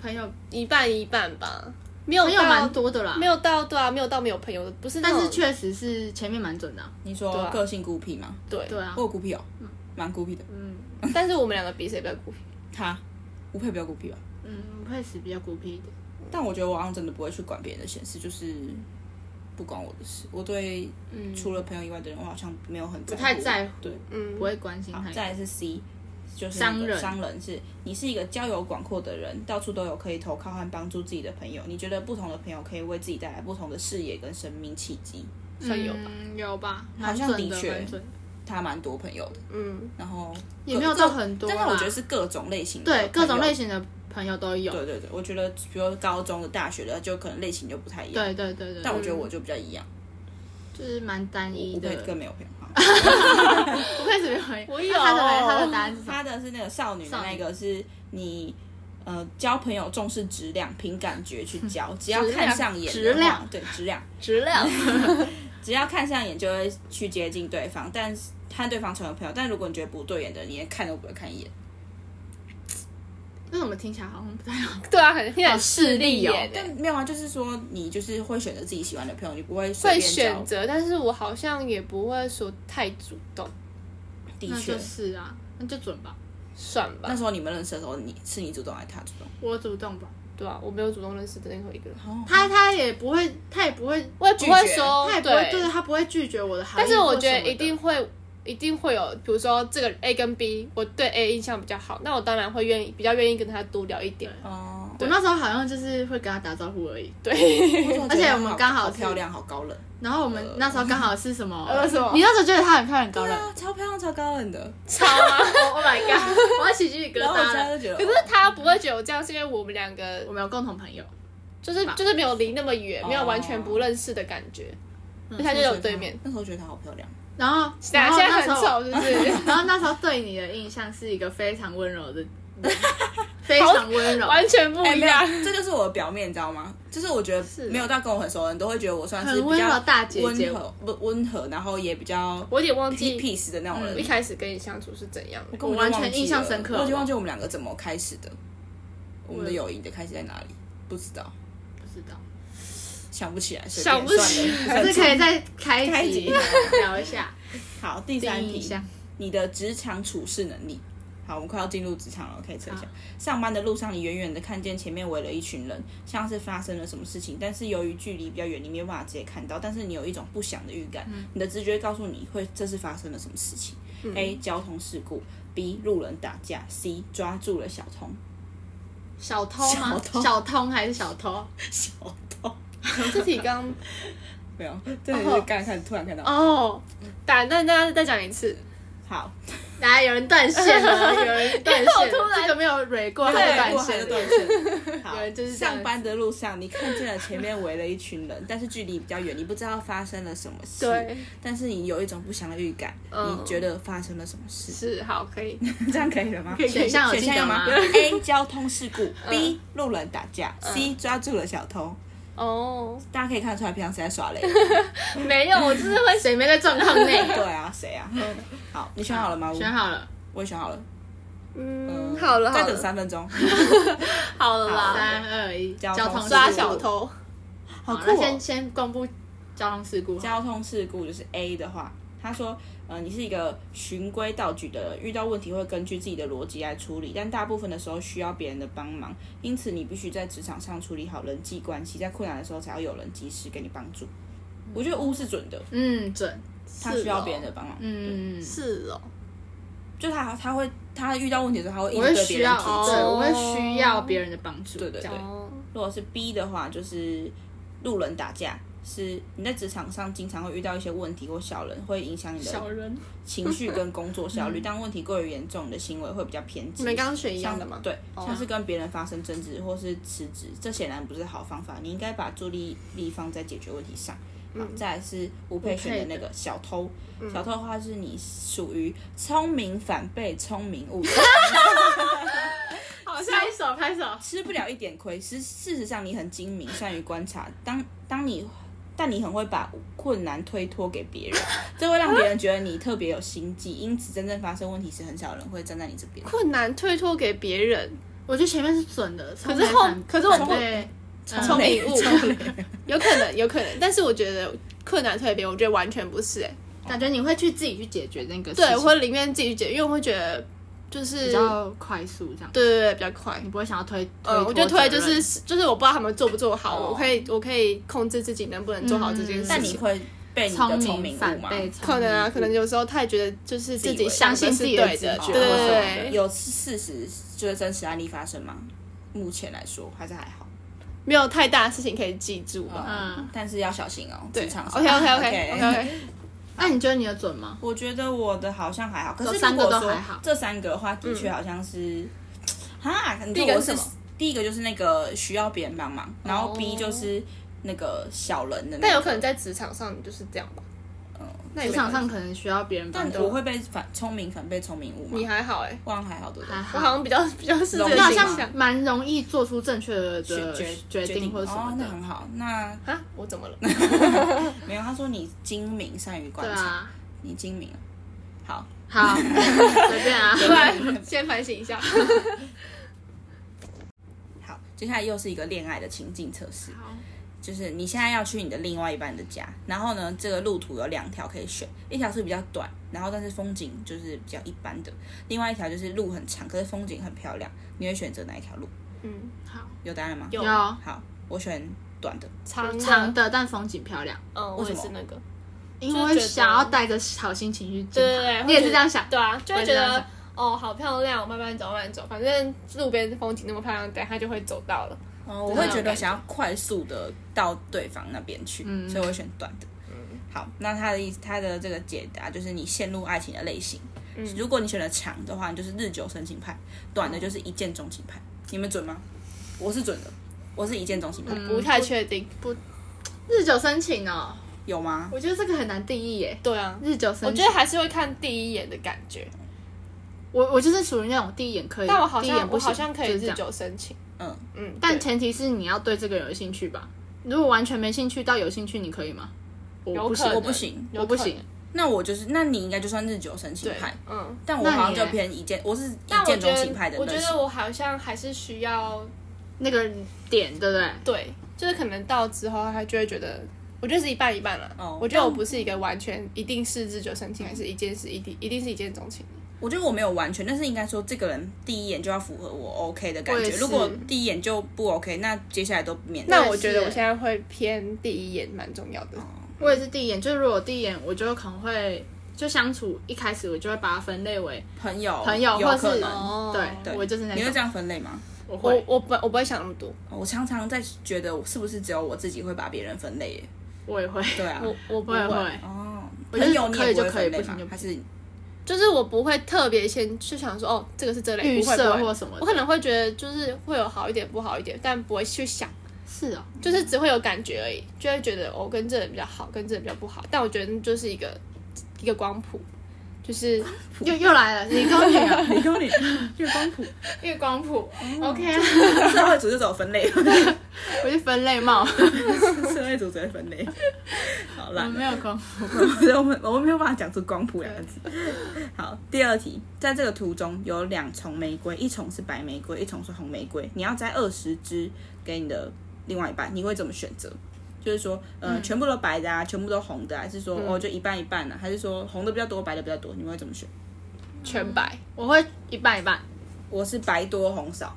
S2: 朋友
S3: 一半一半吧，没有
S2: 朋友蛮
S3: 到
S2: 多的啦，
S3: 没有到对啊，没有到没有朋友的，不是那
S2: 但
S3: 种，
S2: 是确实是前面蛮准的啊、
S1: 你说
S3: 对啊
S1: 个性孤僻吗？
S3: 对
S2: 对啊
S1: 我，有孤僻哦，蛮孤僻的。
S2: 嗯
S3: 但是我们两个比谁比较孤僻，
S1: 他吴佩比较孤僻吧，
S2: 嗯，会死比较孤僻一点。
S1: 但我觉得我好像真的不会去管别人的闲事，就是不关我的事。我对
S2: 嗯，
S1: 除了朋友以外的人，我好像没有很
S2: 不太在
S1: 乎
S2: 乎。
S1: 对，
S3: 嗯
S2: 不，会关心
S1: 好
S2: 太，多。
S1: 再来是 C，就是那个
S2: 商人
S1: 商人是你是一个交友广阔的人，到处都有可以投靠和帮助自己的朋友。你觉得不同的朋友可以为自己带来不同的视野跟生命契机？
S3: 算有吧
S2: 嗯，有吧，
S1: 好像
S2: 蛮准
S1: 的
S2: 的
S1: 确
S2: 蛮准的
S1: 他蛮多朋友的，
S3: 嗯，
S2: 哦
S1: 然后
S2: 也
S1: 各
S2: 没有
S1: 各
S2: 到很多啦啊
S1: 但是我觉得是各种类型的朋
S2: 对
S1: 友，
S2: 各种类。型的朋友都有。
S1: 对对对，我觉得比如高中的、大学的，就可能类型就不太一样。
S2: 对嗯对对对，
S1: 但我觉得我就比较一样，
S2: 就是蛮单一
S1: 我
S2: 的
S1: 会。更没有朋友。 好
S2: 不会随便
S3: 我有
S2: 他的嘞他的答案是什么？
S1: 他的是那个少女的那个是你。呃，交朋友重视质量，凭感觉去交，只要看上眼的话，
S2: 质量
S1: 对质量，
S3: 质量，
S1: 只要看上眼就会去接近对方，但是和对方成为朋友。但如果你觉得不对眼的，你连看都不会看一眼。
S2: 为什么听起来好像不太好？
S3: 对啊，很
S2: 好
S3: 很
S2: 势利哦
S3: 眼欸
S1: 但没有啊，就是说你就是会选择自己喜欢的朋友，你不会随
S3: 会
S1: 便交
S3: 选。择，但是我好像也不会说太主动，
S1: 的
S2: 那
S1: 确
S2: 就，是啊，那就准吧，
S3: 算吧
S1: 那，时候你们认识的时候，你是你主动还是他主动？
S2: 我主动吧。
S3: 对啊，我没有主动认识的任何一个人，
S1: 哦
S2: 他他也不会，他也不会，
S3: 我也不会
S1: 拒绝
S3: 说，
S2: 他也不会，对，他不会拒绝我的好意
S3: 哦但是我觉
S2: 或什么
S3: 得
S2: 的
S3: 一定会一定会有，比如说这个 A 跟 B，我对 A 印象比较好，那我当然会愿意比较愿意跟他多聊一点。
S1: 哦，
S2: 我那时候好像就是会跟他打招呼而已。
S3: 对，
S1: 而
S2: 而且我们刚好
S1: 好
S2: 是
S1: 漂亮，好高冷
S2: 然后我们那时候刚好是什么？
S3: 呃什么
S2: 你那时候觉得他很漂亮很高冷
S1: 啊，超漂亮，超高冷的。
S3: 超啊！
S2: ？Oh my god！我要起鸡皮疙
S1: 然后我
S2: 瘩
S1: 现在
S2: 了。
S1: 就觉得，哦
S3: 可是他 不会觉得我这样，是因为我们两个
S2: 我们有共同朋友，
S3: 就是就是没有离那么远，
S1: 哦
S3: 没有完全不认识的感觉。
S2: 嗯
S3: 就他就有对面，
S1: 那时候觉得她好漂亮，
S2: 然后
S3: 等
S2: 然
S3: 下
S2: 后
S3: 现在
S2: 那时
S3: 很
S2: 候
S3: 丑，是不是？
S2: 然后那时候对你的印象是一个非常温柔的，非常温柔，
S3: 完全不一
S1: 没有
S2: 哎
S3: 样。，
S1: 这就是我的表面，你知道吗？就是我觉
S2: 啊是啊
S1: 得没有到跟我很熟的人都会觉得我算是
S2: 很
S1: 比
S2: 温柔
S1: 较
S2: 大姐姐
S1: 温。和，不温和，然后也比较
S3: 我有点忘
S1: peace
S3: 记
S1: peace 的那种
S3: 我一
S1: 人。
S3: 开始跟你相处是怎样的。
S1: 根本就
S2: 嗯我完全
S1: 忘记了
S2: 印象深刻
S1: 我已经忘记我们两个怎么开始的，我们的友谊的开始在哪里？不知道，
S2: 不知道，
S1: 想不起来，随便
S3: 想不起
S1: 算了
S2: 还是可以再开
S1: 开
S2: 一
S1: 一
S2: 集
S1: 集
S2: 聊一下
S1: 好，第
S2: 第
S1: 三
S2: 一印
S1: 题
S2: 象。。
S1: 你的职场处事能力。好，我们快要进入职场了，可以测一下。上班的路上，你远远的看见前面围了一群人，像是发生了什么事情，但是由于距离比较远，你没有办法直接看到，但是你有一种不祥的预感，
S2: 嗯
S1: 你的直觉告诉你会这是发生了什么事情。A. 交通事故，B. 路人打架，C. 抓住了小偷。
S2: 小偷吗？
S1: 小偷
S2: 小偷还是小偷？
S1: 小偷
S3: 这题刚
S1: 没有，这也是刚才看突然看到。
S3: 哦，打那那再讲一次，
S1: 好，
S2: 来，有人断线了，有人断
S3: 因为我
S2: 线，
S3: 突然
S2: 这个没有蕊过，
S1: 对
S2: 他就断
S1: 哎过
S2: 线
S1: 还
S2: 了
S1: 是。断 线。好
S2: 有人就是这样
S1: 上班的路上，你看见了前面围了一群人， 但是距离比较远，你不知道发生了什么事。
S3: 对，
S1: 但是你有一种不祥的预感，
S3: 嗯
S1: 你觉得发生了什么事？
S3: 是好可以。
S1: 这样可以了吗？
S3: 可以嗯
S2: 选项有
S1: 选
S2: 记
S1: 项有
S2: 得吗
S1: 吗？？A 交通事故，B 路人打架，C 抓住了小偷。
S3: 哦，
S1: 大家可以看得出来，平常谁在 耍雷？
S3: 没有，我就是会
S2: 谁没在状况内？
S1: 对啊，谁啊？好，你选好了吗？
S2: 选好了，
S1: 我也选好了。
S3: 嗯，好了，
S1: 再
S3: 好
S1: 等
S3: 了，
S1: 三分 钟。
S3: 好
S1: 好
S3: 了啦，
S2: 三二一，
S1: 交
S2: 交
S1: 通
S2: 通
S1: 事故
S3: 抓
S2: 抓
S3: 小
S2: 小偷。
S3: 偷，
S1: 好
S2: 好，
S1: 酷
S2: 那
S1: 哦！
S2: 先先公布交通事故好了。
S1: 交通事故就是 A 的话，他说，呃，你是一个循规蹈矩的人，遇到问题会根据自己的逻辑来处理，但大部分的时候需要别人的帮忙，因此你必须在职场上处理好人际关系，在困难的时候才要有人及时给你帮助。我觉得 U 是准的，
S2: 嗯，准。
S1: 他需要别人的帮忙，
S2: 嗯，
S3: 是哦，
S1: 就他他会他遇到问题的时候，他会一
S2: 我
S1: 直
S2: 会
S1: 对别人
S2: 需要，
S1: 提
S3: 哦
S1: 出。
S2: 对，我会需要别人的帮助。
S1: 对对
S2: 这
S1: 对
S2: 样，
S3: 哦，
S1: 如果是 B 的话，就是路人打架，是你在职场上经常会遇到一些问题或小人，会影响你的
S2: 小人。
S1: 情绪跟工作效率，但问题过于严重，你的行为会比较偏激。
S3: 你们刚刚选一样
S1: 像
S3: 的吗？
S1: 对，
S3: 哦
S1: 像是跟别人发生争执或是辞职，这显然不是好方法。你应该把注意力放在解决问题上。
S3: 嗯
S1: 好，再来是吴佩选的那个小偷。小 偷的话是你属于聪明反被聪明误。
S3: 好像
S2: 拍手拍手，
S1: 吃不了一点亏。事事实上，你很精明，善于观察。当当你，但你很会把困难推脱给别人，这会让别人觉得你特别有心计。因此，真正发生问题时，很少人会站在你这边。
S3: 困难推脱给别人，
S2: 我觉得前面是准的，可
S3: 是后可是我
S1: 不
S2: 对
S3: 聪
S1: 累
S3: 明误
S1: 超累
S3: 有可能有可能，但是我觉得困难推给别人，我觉得完全不是、欸，
S2: 感觉你会去自己去解决那个事情，
S3: 对，我会宁愿自己解，因为我会觉得就是
S2: 比较快速这样，
S3: 对对对比较快
S2: 你。不会想要推，推
S3: 呃，
S2: 脱
S3: 我觉得推就
S2: 责任
S3: 是就是我不知道他们做不做好，
S1: 哦嗯
S3: 我可以我可以控制自己能不能做好这件事情。
S1: 但你会被你的
S2: 聪
S1: 聪
S2: 明
S1: 明
S2: 反
S1: 误吗？
S2: 被聪
S3: 可能啊，
S2: 明
S3: 可能有时候太觉得就是自
S1: 自以
S3: 己
S1: 为
S2: 相
S3: 想
S2: 信
S3: 的是
S2: 自己的
S3: 对
S2: 直
S3: 的，
S2: 觉
S3: 对
S2: 或什么
S3: 对
S2: 的
S3: 对，
S1: 有事实就是真实案例发生吗？目前来说还是还好，
S3: 没有太大的事情可以记住吧。
S2: 嗯
S1: 但是要小心哦。
S3: 对
S1: 职场上
S3: OK OK OK OK
S1: OK。
S3: OK，
S2: 那、你觉得你的准吗？
S1: 我觉得我的好像还好，可
S2: 有
S1: 是
S2: 三
S1: 如
S2: 个
S1: 果
S2: 都
S1: 说
S2: 还好
S1: 这三个的话，的确好像是，哈，你
S3: 第一
S1: 觉
S3: 个
S1: 得我
S3: 是
S1: 是
S3: 什么
S1: 第一个就是那个需要别人帮忙，然后
S3: 哦
S1: B 就是那个小人的那个，
S3: 但有可能在职场上就是这样吧。那也
S2: 职
S3: 没
S2: 场上
S3: 关系
S2: 可能需要别人帮
S1: 但
S2: 助，
S1: 我会被反聪明反被聪明误嘛，
S3: 你还好哎，
S1: 我好像还好对不对
S2: 还？
S3: 我好像比较比较是这
S1: 容
S3: 个
S1: 易
S2: 你好
S3: 形
S1: 吗
S2: 像
S3: 象
S2: 蛮容易做出正确的决
S1: 决
S2: 决定或者什
S1: 哦
S2: 么，
S1: 那
S2: 的，
S1: 很好。那
S3: 啊，我怎么了？
S1: 没有，他说你精明，善于观
S2: 对
S1: 察，
S2: 啊，
S1: 你精明啊。好，
S2: 好， 随便啊，
S3: 突然先反省一下。
S1: 好，接下来又是一个恋爱的情境测试。就是你现在要去你的另外一半的家，然后呢，这个路途有两条可以选，一条是比较短，然后但是风景就是比较一般的，另外一条就是路很长，可是风景很漂亮，你会选择哪一条路？
S3: 嗯，
S2: 好，
S1: 有答案吗？
S3: 有
S2: 有
S1: 好，我选短的。
S3: 长
S2: 长，的但风景漂亮，
S3: 嗯，我也
S1: 为什
S3: 是
S1: 么
S3: 那个。
S2: 因为想要带着好心情去
S3: 对
S2: 进
S3: 对
S2: 它
S3: 对，
S2: 你也是这样想，
S3: 对啊，就
S2: 我也是
S3: 会觉
S2: 这样
S3: 得
S2: 想
S3: 哦，好漂亮，我慢慢走，慢慢走，反正路边风景那么漂亮，等一下就会走到了。
S1: 哦，
S3: 啊
S1: 我会觉得想要快速的到对方那边去，
S2: 嗯
S1: 所以我会选短的。
S3: 嗯
S1: 好，那他的意他的这个解答就是你陷入爱情的类型。
S3: 嗯
S1: 如果你选了长的话，你就是日久生情派；短的就是一见钟情派。你们准吗？我是准的，我是一见钟情派，
S3: 不太确定，
S2: 日久生情哦，
S1: 有吗？
S2: 我觉得这个很难定义耶。
S3: 对啊，
S2: 日久生情，
S3: 我觉得还是会看第一眼的感觉，
S2: 我我就是属于那种第一眼可以，
S3: 但我好
S2: 第一眼
S3: 像
S2: 不
S3: 我
S2: 行
S3: 好像可以
S2: 就是这
S3: 日
S2: 样
S3: 久生情。
S1: 嗯，
S3: 嗯，
S2: 但
S3: 对
S2: 前提是你要对这个人有兴趣吧。如果完全没兴趣到有兴趣，你可以吗？我
S3: 有
S2: 不
S3: 可能
S2: 行，
S1: 我不行
S3: 有
S2: 我不
S3: 可能
S2: 行。
S1: 那我就是，那你应该就算日久生情
S3: 对
S1: 派，，
S3: 嗯，
S1: 但我
S2: 那你
S1: 好像就
S2: 嘞
S1: 偏一见，我是
S3: 但
S1: 一
S3: 我
S1: 见
S3: 觉
S1: 钟情派
S3: 得
S1: 的
S3: 我
S1: 类
S3: 觉
S1: 型
S3: 得。我好像还是需要
S2: 那个点对不对？
S3: 对，就是可能到之后他就会觉得。我觉得是一半一半了。
S1: 哦
S3: 我觉得我不是一个完全一定是日久生情，还是一件事一定一定是一见钟情的。
S1: 我觉得我没有完全，但是应该说这个人第一眼就要符合我 OK 的感
S2: 我也
S1: 觉。
S2: 是
S1: 如果第一眼就不 OK，那接下来都免。
S3: 那
S2: 也
S3: 我觉得
S2: 是
S3: 我现在会偏第一眼蛮重要的。
S1: 哦
S2: 我也是第一眼，就是如果第一眼，我就可能会就相处一开始我就会把它分类为
S1: 朋友
S2: 朋友
S1: 有
S2: 或
S1: 可
S2: 是
S1: 能，
S3: 哦
S2: 对，我就是那
S1: 你会这
S2: 种，
S1: 样分类吗？哦
S2: 我
S3: 我
S2: 会，
S3: 我不我不会想那么多，
S1: 我常常在觉得，我是不是只有我自己会把别人分类耶？
S2: 我也会，
S1: 对啊，
S3: 我我 不
S2: 我也
S3: 会，
S2: 会。
S1: 哦，
S2: 我
S1: 朋
S2: 就是
S1: 友你
S2: 可以
S1: 也
S2: 就
S1: 会
S2: 可以
S1: 分类
S2: 不行
S1: 吗
S2: 就？不
S1: 还是
S3: 就是我不会特别先去想说哦，这个是这类
S2: 预
S3: 不会
S2: 设
S3: 不会
S2: 或什么的
S3: 我可能会觉得就是会有好一点不好一点，但不会去想，
S2: 是哦，
S3: 就是只会有感觉而已，就会觉得哦跟这个人比较好，跟这个人比较不好，但我觉得那就是一个一个光谱，就是
S2: 又又来了，理工女啊，
S1: 理工女、月光谱、
S2: 月光谱，OK
S1: 嗯
S2: 啊，
S1: 社会组就只有分类，
S2: 我就分类 帽，
S1: 社会组只会分类。好
S2: 我
S1: 啦，
S2: 嗯没有光谱，
S1: 我们我们没有 办法讲出光谱两个字。好，第二题，在这个图中有两丛玫瑰，一丛是白玫瑰，一丛是红玫瑰。你要摘二十支给你的另外一半，你会怎么选择？就是说，呃，全部都白的啊，全部都红的啊、还是说，哦，就一半一半呢、啊？还是说红的比较多，白的比较多？你们会怎么选？
S3: 全白。
S2: 我会一半一半。
S1: 我是白多红少，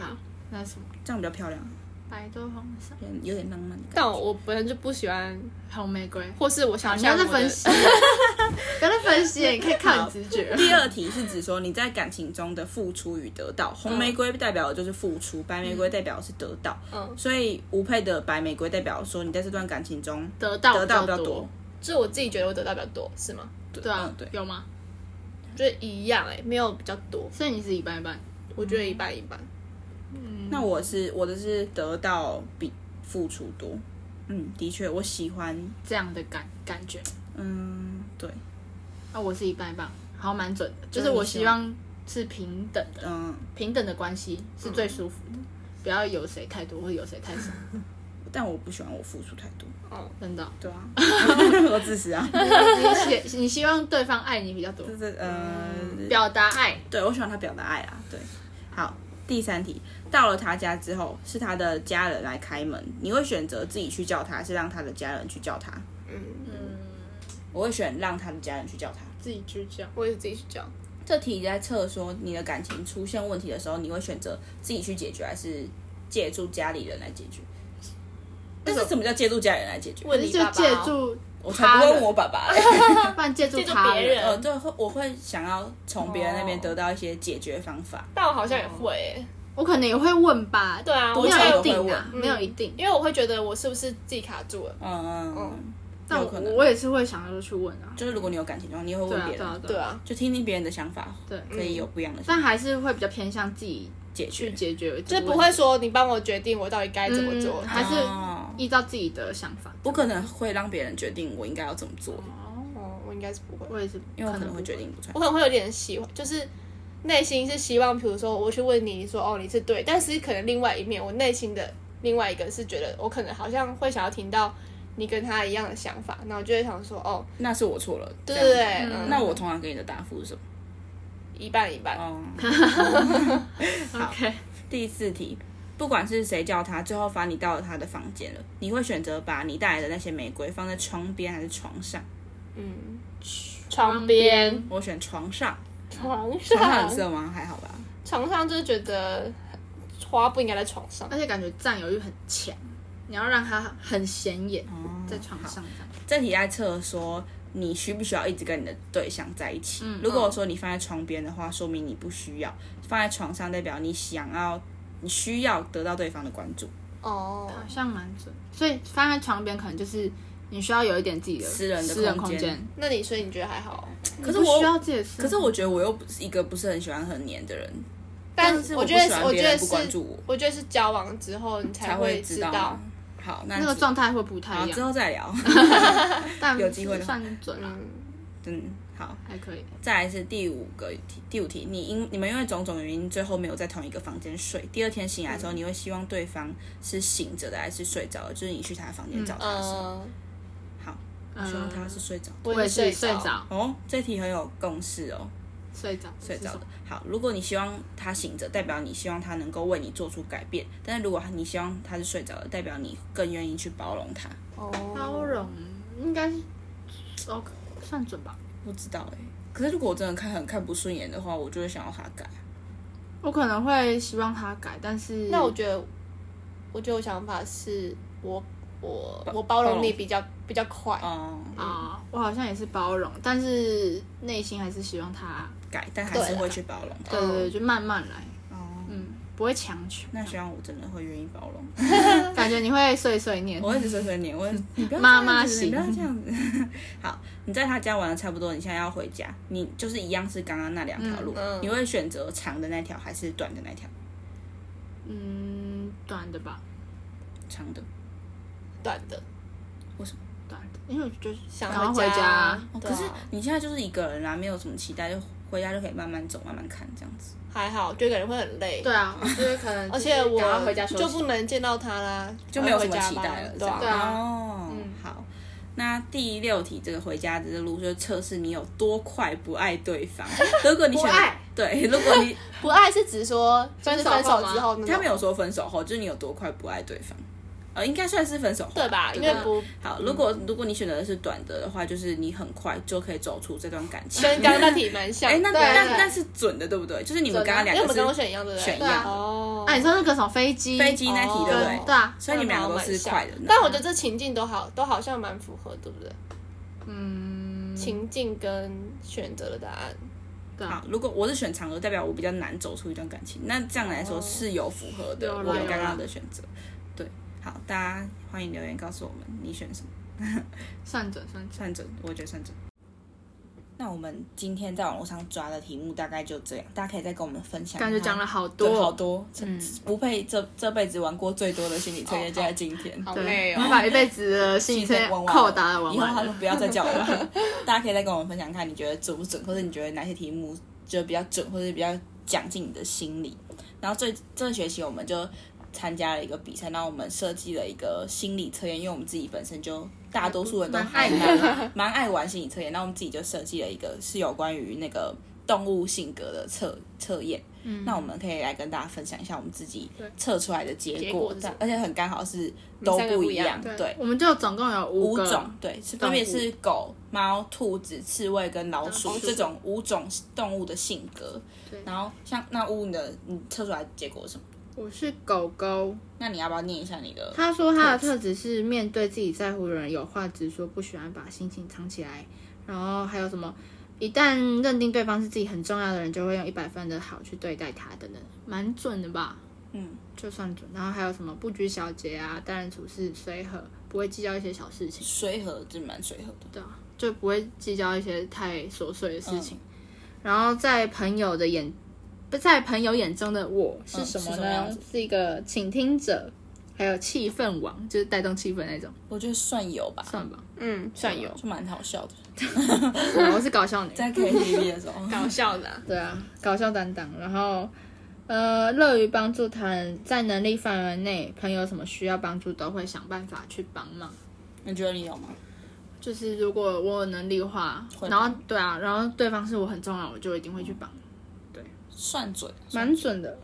S2: 好，那是什么？
S1: 这样比较漂亮，
S2: 白多红色，
S1: 有点有点浪漫的感觉。
S3: 但我我本身就不喜欢，
S2: 红玫瑰。
S3: 或是我想
S2: 你不要再
S3: 象我的
S2: 分析， 不要再分析，你可以靠你直 觉。
S1: 第二题是指说你在感情中的付出与得
S2: 嗯
S1: 到，红玫瑰代表的就是付出，白玫瑰代表的是得到。
S3: 嗯
S1: 所以吴佩的白玫瑰代表说你在这段感情中
S2: 得到
S1: 得到比较
S2: 多，，
S3: 就是我自己觉得我得到比较多，是吗？
S2: 对啊
S1: 嗯，对，
S2: 有吗？
S3: 就是一样哎、没有比较多，
S2: 所以你是一半一半，
S3: 我觉得一半一半。
S1: 那我是我的是得到比付出多，嗯，的确，我喜欢，
S2: 这样的感感觉。
S1: 嗯，对，
S2: 啊，我是一半一半，好像蛮准的。就
S1: 就
S2: 是
S1: 是
S2: 我
S1: 你喜
S2: 希望是平等的，
S1: 嗯，
S2: 平等的关系是最舒服的，不要有谁太多或者有谁太少，
S1: 但我不喜欢我付出太多。
S2: 真的哦。
S1: 对 啊， 我自私啊。
S2: 你希你希望对方爱你比较多，
S1: 就是呃，
S2: 表达爱，
S1: 对我喜欢他表达爱啦。对，好，第三题，到了他家之后，是他的家人来开门，你会选择自己去叫他，还是让他的家人去叫他？
S3: 嗯
S1: 我会选让他的家人去叫他。
S2: 嗯自己去讲。
S3: 我也自己去叫，
S1: 这题在测说你的感情出现问题的时候，你会选择自己去解决，还是借助家里人来解决？但是什么叫借助家里人来解决？
S3: 问
S2: 可
S3: 你
S2: 是就
S3: 爸爸
S2: 借
S3: 哦，
S2: 助
S1: 我 才
S2: 他
S1: 不会问
S2: 人，
S1: 我爸 爸嘞。
S2: 不然借助
S3: 借助
S2: 他
S3: 别
S2: 人
S3: 人
S1: 呃，对，会我会想要从别人那
S2: 哦
S1: 边得到一些解决方法。
S3: 但我好像也会欸，
S2: 我可能也会问吧，
S3: 对啊
S2: 不
S3: 我
S2: 没
S3: 觉得
S2: 有
S1: 我
S2: 一
S1: 会
S2: 定
S1: 问
S2: 啊，没有一定。
S3: 嗯因为我会觉得我是不是自己卡住了，
S1: 嗯嗯嗯，
S2: 但
S1: 有
S2: 我
S1: 可能
S2: 我也是会想要去问啊，
S1: 就是如果你有感情状况，你也会
S2: 对
S1: 问
S2: 啊
S1: 别
S2: 对啊
S1: 人，
S3: 对啊，
S1: 就听听别人的想法，
S2: 对
S1: 可以有不一样的想
S2: 但
S1: 法
S2: 还是会比较偏向自己
S1: 解
S2: 去
S1: 决。哦
S2: 解决
S3: 就
S2: 这
S3: 是
S2: 个问题，
S3: 不会说你帮我决定我到底该怎么做，
S2: 嗯还是
S1: 哦
S2: 依照自己的想法。
S1: 我可能会让别人决定我应该要怎么做，
S3: 哦，我应该是不会，
S2: 我也是，
S1: 因为我可能
S2: 不
S1: 会决定不出来
S3: 我。可能会有点喜欢，就是内心是希望，比如说我去问你，你说哦你是对，但是可能另外一面，我内心的另外一个是觉得我可能好像会想要听到你跟他一样的想法，那我就会想说哦，
S1: 那是我错了，
S3: 对
S1: 这样子
S3: 对对嗯
S1: 那我通常给你的答复是什么？
S3: 一半一半，
S1: 哦，
S2: OK，
S1: 第四题，不管是谁叫他，最后罚你到了他的房间了，你会选择把你带来的那些玫瑰放在窗边还是床上？
S3: 嗯，
S2: 旁
S3: 床边，
S1: 我选床上，
S3: 床
S1: 床上
S3: 上
S1: 很，色吗？还好吧。
S3: 床上就是觉得花不应该在床上，
S2: 而且感觉占有欲很强，你要让他很显眼，
S1: 哦
S2: 在床上这样。
S1: 这题在测说你需不需要一直跟你的对象在一起。
S3: 嗯
S1: 如果说你放在床边的话，说明你不需要；放在床上，代表你想要。你需要得到对方的关注，
S3: 哦，
S2: 好像蛮准，所以放在床边可能就是你需要有一点自己的
S1: 私人的
S2: 私人
S1: 空
S2: 空
S1: 间
S2: 间，
S3: 那你所以你觉得还好？
S1: 可是
S2: 你不
S1: 我
S2: 需，要自己的私人
S1: 可是我觉得我又不是一个不是很喜欢很黏的人，
S3: 但
S1: 是
S3: 嗯我
S1: 不
S3: 觉
S1: 喜
S3: 得
S1: 欢
S3: 我
S1: 别
S3: 觉
S1: 人
S3: 得
S1: 不
S3: 是
S1: 关注我
S3: 我觉得是交往之后你
S1: 才
S3: 会
S1: 知
S3: 知
S1: 道。好，那
S2: 那个
S1: 只
S2: 状态会不太
S1: 好
S2: 一
S1: 之
S2: 样，
S1: 后再聊。
S2: 但
S1: 有机会的话
S2: 算准了，
S3: 嗯，
S1: 嗯，好，
S2: 还可以。
S1: 再来是第五个题，第五题，你因你们因为种种原因，最后没有在同一个房间睡。第二天醒来的时
S3: 嗯
S1: 候，你会希望对方是醒着的还是睡着的？就是你去他的房间找他的时候，
S3: 嗯，
S1: 希望他
S2: 嗯
S1: 是睡着的。
S2: 我也是
S3: 睡
S2: 睡着
S1: 哦，这题很有共识哦，
S2: 睡着
S1: 睡着
S2: 是
S1: 的。好，如果你希望他醒着，代表你希望他能够为你做出改变；但是如果你希望他是睡着的，代表你更愿意去包容他。
S3: 哦，
S2: 包容，应该是 OK，算准吧。
S1: 不知道哎、可是如果我真的看很看不顺眼的话，我就会想要他改。
S2: 我可能会希望他改，但是
S3: 那我觉得，我觉得我想法是我我我包容力比较比较快，
S1: 哦、
S2: 啊、我好像也是包容，但是内心还是希望他，
S1: 改，但还是
S3: 对啦
S1: 会去包容他。
S2: 对对对，就慢慢来，
S1: 哦，
S2: 嗯，不会强求。
S1: 那希望我真的会愿意包容。
S2: 感觉你会碎碎念，
S1: 我一直碎碎念，我你不要这样子
S2: 妈妈
S1: 你
S2: 型
S1: 不要这样子。 好，你在他家玩的差不多，你现在要回家，你就是一样是刚刚那两条路，
S3: 嗯嗯
S1: 你会选择长的那条还是短的那条？
S2: 嗯，短的吧，
S1: 长的，
S3: 短的，
S2: 短的，因为我就是
S3: 想
S2: 赶快
S3: 回
S2: 回家
S1: 哦，
S3: 对
S1: 可
S3: 啊
S1: 是你现在就是一个人啊啦，没有什么期待，就回家就可以慢慢走，慢慢看这样子。
S3: 还好，就感觉会很累，
S2: 对啊，就是 可能，
S3: 而且我
S2: 回家休息
S3: 就不能见到他啦，
S1: 就没有
S3: 我
S1: 什
S3: 要
S1: 么
S3: 嗯回家
S1: 期待了
S3: 吧，
S1: 这
S3: 对
S1: 样
S3: 啊，
S2: 对啊
S1: 哦，好。那第六题这个回家之路就是测试你有多快不爱对方。如果你选
S2: 不爱
S1: 对，如果你
S3: 不爱是指说就是分
S2: 分手后
S3: 手
S2: 吗
S3: 之后那
S1: 他
S3: 种
S1: 没有说分手后，就是你有多快不爱对方，呃，应该算是分手后
S3: 对吧？因
S1: 对
S3: 为
S1: 对
S3: 不
S1: 好，如果如果你选择的是短的的话，就是你很快就可以走出这段感情。
S3: 跟刚刚那题蛮像，
S1: 哎，那
S3: 对啊
S1: 那
S2: 对
S1: 那是准的，对不对？就是你们刚刚
S3: 因
S1: 两
S3: 为我
S1: 个
S3: 们刚刚
S1: 是
S3: 选一样，对不对？
S1: 选一
S2: 样的
S3: 哦，
S2: 啊，你说那个什么飞机，
S1: 飞机那题，对不对
S3: 哦？
S2: 对啊
S1: 所以你们两个都是快的。
S3: 但我觉得这情境都好，都好像蛮符合，对不对？
S2: 嗯，
S3: 情境跟选择的答案，
S2: 对啊
S1: 好，，如果我是选长的，代表我比较难走出一段感情。那这样来说
S3: 哦
S1: 是有符合的
S2: 有啦
S1: 我们
S2: 有
S1: 刚
S2: 啦
S1: 刚的选择。对，好，大家欢迎留言告诉我们你选什么，
S2: 算准算准，
S1: 算准，我觉得算准。那我们今天在网络上抓的题目大概就这样，大家可以再跟我们分享。
S2: 感觉讲了好
S1: 对
S2: 多，
S1: 好多，嗯，不配这这辈子玩过最多的心理测验，就在今天。
S3: 好
S2: 对，我们
S3: 嗯
S2: 把一辈子 的心理测验扣打的玩
S1: 以后
S2: 完
S1: 他
S2: 了
S1: 们。不要再叫我玩。大家可以再跟我们分享看，你觉得准不准，或者你觉得哪些题目觉得比较准或者比较讲进你的心里。然后这这学期我们就参加了一个比赛，然后我们设计了一个心理测验，因为我们自己本身就大多数人都
S2: 蛮
S1: 还
S2: 爱
S1: 蛮蛮爱玩心理测验，那我们自己就设计了一个是有关于那个动物性格的测测验。嗯，那我们可以来跟大家分享一下我们自己测出来的结果，
S3: 结果是
S1: 但而且很刚好是都
S3: 三个
S1: 不
S3: 不一样
S1: 对。
S2: 我们就总共有五
S1: 五
S2: 个
S1: 种，对，是分别是狗、猫、兔子、刺猬跟老鼠
S3: 老鼠
S1: 这种五种动物的性格。
S2: 对
S1: 然后像那乌你的，你测出来的结果是什么？
S2: 我是狗狗，
S1: 那你要不要念一下你的？
S2: 他说他的特质是面对自己在乎的人有话直说，不喜欢把心情藏起来。然后还有什么？一旦认定对方是自己很重要的人，就会用一百分的好去对待他，等等，蛮准的吧？
S1: 嗯，
S2: 就算准。然后还有什么不拘小节啊，待人处事随和，不会计较一些小事情，
S1: 随和，这蛮随和的。
S2: 对啊，就不会计较一些太琐碎的
S1: 嗯
S2: 事情。然后在朋友的眼，不在朋友眼中的我是
S1: 嗯
S2: 什么
S1: 是什么
S2: 呢？
S1: 样子
S2: 是一个倾听者，还有气氛王，就是带动气氛那种，
S1: 我觉得算有吧，
S2: 算吧。
S3: 嗯，算有
S1: 就蛮好笑 的。
S2: 我是搞笑 女，
S1: 在 KTV 的时候，
S3: 搞笑的啊、
S2: 对啊， 搞笑担当。然后，呃，乐于帮助他人，在能力范围内，朋友什么需要帮助都会想办法去帮忙。
S1: 你觉得你有吗？
S2: 就是如果我有能力的话，
S1: 会
S2: 然后
S1: 帮嗯
S2: 对啊，然后对方是我很重要，我就一定会去帮，
S1: 算准，
S2: 蛮准的。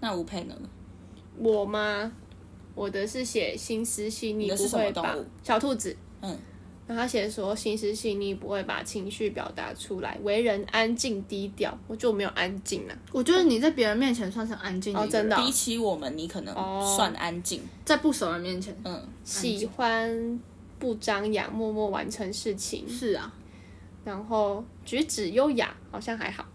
S1: 那吴佩呢？
S3: 我吗？我的是写心思细腻，
S1: 的是
S3: 不会
S1: 什么动
S3: 把
S1: 物
S3: 小兔子。
S1: 嗯，
S3: 然后他写说心思细腻，不会把情绪表达出来，为人安静低调。我觉得我没有安静啊，
S2: 我觉得你在别人面前算是安静的一个人
S3: 真的哦
S1: 比起我们，你可能
S3: 哦
S1: 算安静。
S2: 在不熟人面前
S1: 嗯，
S3: 喜欢不张扬，默默完成事情，
S2: 是啊，
S3: 然后举止优雅，好像还好。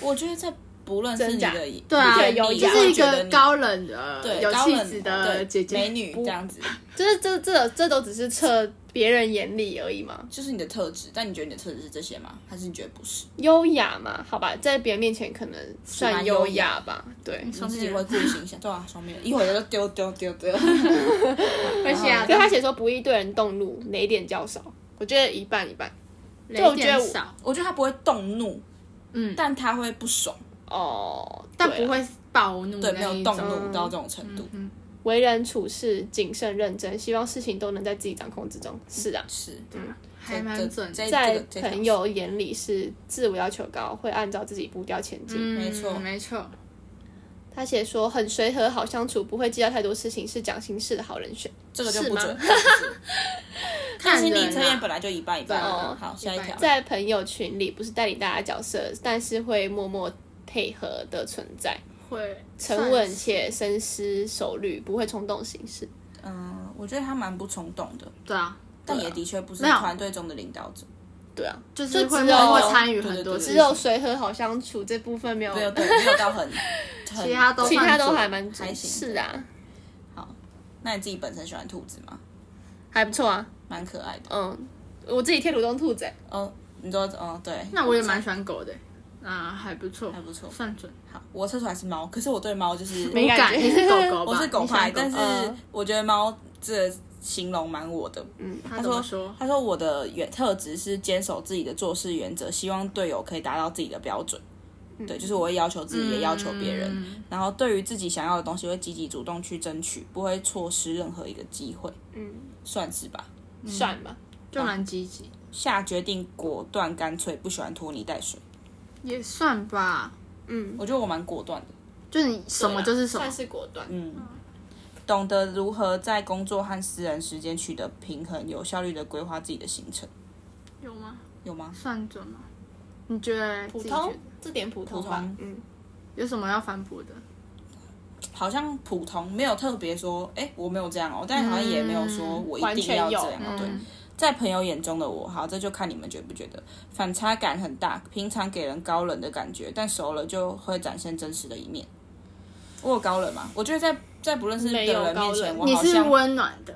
S1: 我觉得在不论是你
S3: 假
S1: 的
S2: 对啊
S1: 眼里
S3: 有
S1: 你
S2: 就
S3: 雅
S1: 会
S2: 是一
S1: 觉得
S2: 个
S1: 你
S2: 高冷的、
S1: 对
S2: 有
S1: 高
S2: 气
S1: 冷
S2: 质的
S1: 对
S2: 姐姐
S1: 美女这样子，
S3: 就是这这这都只是测别人眼里而已嘛，
S1: 就是你的特质。但你觉得你的特质是这些吗？还是你觉得不是？
S3: 优雅嘛，好吧，在别人面前可能算优雅吧，对。
S1: 你自己会顾形 象，对啊，双面人，一会儿就丢丢丢丢。
S2: 而
S1: 嗯
S2: 且啊，
S3: 可是他写说不易对人动怒，哪一点较少？我觉得一半一半。
S2: 雷
S3: 我觉
S2: 点
S3: 得
S2: 少，
S1: 我觉得他不会动怒，
S2: 嗯，
S1: 但他会不爽，
S3: 哦，
S2: 但
S3: 对
S2: 不
S3: 啊
S2: 会暴怒，
S1: 对，没有动
S2: 嗯
S1: 怒到这种程度。
S2: 嗯，
S3: 为人处事谨慎认真，希望事情都能在自己掌控之中。是
S2: 嗯
S3: 啊，
S1: 是，
S2: 还蛮准的，
S1: 这
S3: 在
S1: 这个这条
S3: 朋友眼里是自我要求高，会按照自己步调前进。
S2: 嗯
S1: 没错
S2: 没错，
S3: 他写说很随和，好相处，不会计较太多事情，是讲心事的好人选。
S1: 这个就是不
S3: 吗
S1: 准。这个不准但
S2: 看
S1: 心理
S2: 人
S1: 测
S2: 啊
S1: 验本来就一半一半啊。
S2: 对
S3: 哦
S1: 好，下一条。
S3: 在朋友群里不是带领大家角色，但是会默默配合的存在，
S2: 会
S3: 沉稳且深思熟虑，不会冲动行事。
S1: 嗯，我觉得他蛮不冲动的，
S2: 对啊，
S1: 但也的确不是
S2: 没有
S1: 团队中的领导者。
S3: 对啊，
S2: 就是会默
S3: 只有
S2: 默参与很
S1: 对
S2: 多
S1: 对对
S2: 事
S3: 只
S2: 情，
S3: 有随和好相处这部分没有，
S1: 没有对，没有到 很很。
S2: 其他都
S3: 其他
S2: 算
S3: 都
S2: 准
S3: 还蛮准
S1: 还行
S3: 是啊，
S1: 那你自己本身喜欢兔子吗？
S3: 还不错啊。
S1: 蛮可爱的。
S3: 嗯，我自己贴鲁东兔子欸、
S1: 哦，你说哦，对。
S2: 那我也蛮喜欢狗的，啊，还不错，
S1: 还不错
S2: 算准，
S1: 好，我测出来是猫，可是我对猫就是
S3: 没感觉
S2: 你是狗狗吧？
S1: 我是狗
S2: 你喜欢
S1: 派，但是
S3: 嗯
S1: 我觉得猫这个形容蛮我的。嗯，
S2: 他怎么说？
S1: 他说我的原特质是坚守自己的做事原则，希望队友可以达到自己的标准。对，就是我会要求自己，也要求别人。
S2: 嗯
S1: 然后对于自己想要的东西，会积极主动去争取，不会错失任何一个机会，
S3: 嗯，
S1: 算是吧。
S3: 算吧，
S2: 就蛮积极，
S1: 下决定果断干脆，不喜欢拖泥带水。
S2: 也算吧，
S3: 嗯，
S1: 我觉得我蛮果断的，
S2: 就你什么
S1: 啊
S2: 就是什么
S3: 算，是果断。
S1: 嗯，懂得如何在工作和私人时间取得平衡，有效率的规划自己的行程，
S2: 有吗？
S1: 有吗？
S2: 算准吗？你觉得
S3: 普
S2: 自己
S3: 通
S2: 觉得，
S3: 这点普通
S1: 普
S3: 吧
S1: 通。
S3: 嗯，
S2: 有什么要反驳的？
S1: 好像普通，没有特别说，哎、我没有这样哦，但好像也没有说我一
S3: 嗯完
S1: 定
S3: 全
S1: 要这
S3: 有
S1: 样哦。对，
S2: 嗯
S1: 在朋友眼中的我，好，这就看你们觉不觉得，反差感很大。平常给人高冷的感觉，但熟了就会展现真实的一面。我有高冷吗？我觉得在在不认识的
S3: 没有
S1: 人面前，
S3: 高
S1: 我
S2: 你
S1: 好
S2: 是
S1: 像
S2: 温暖的，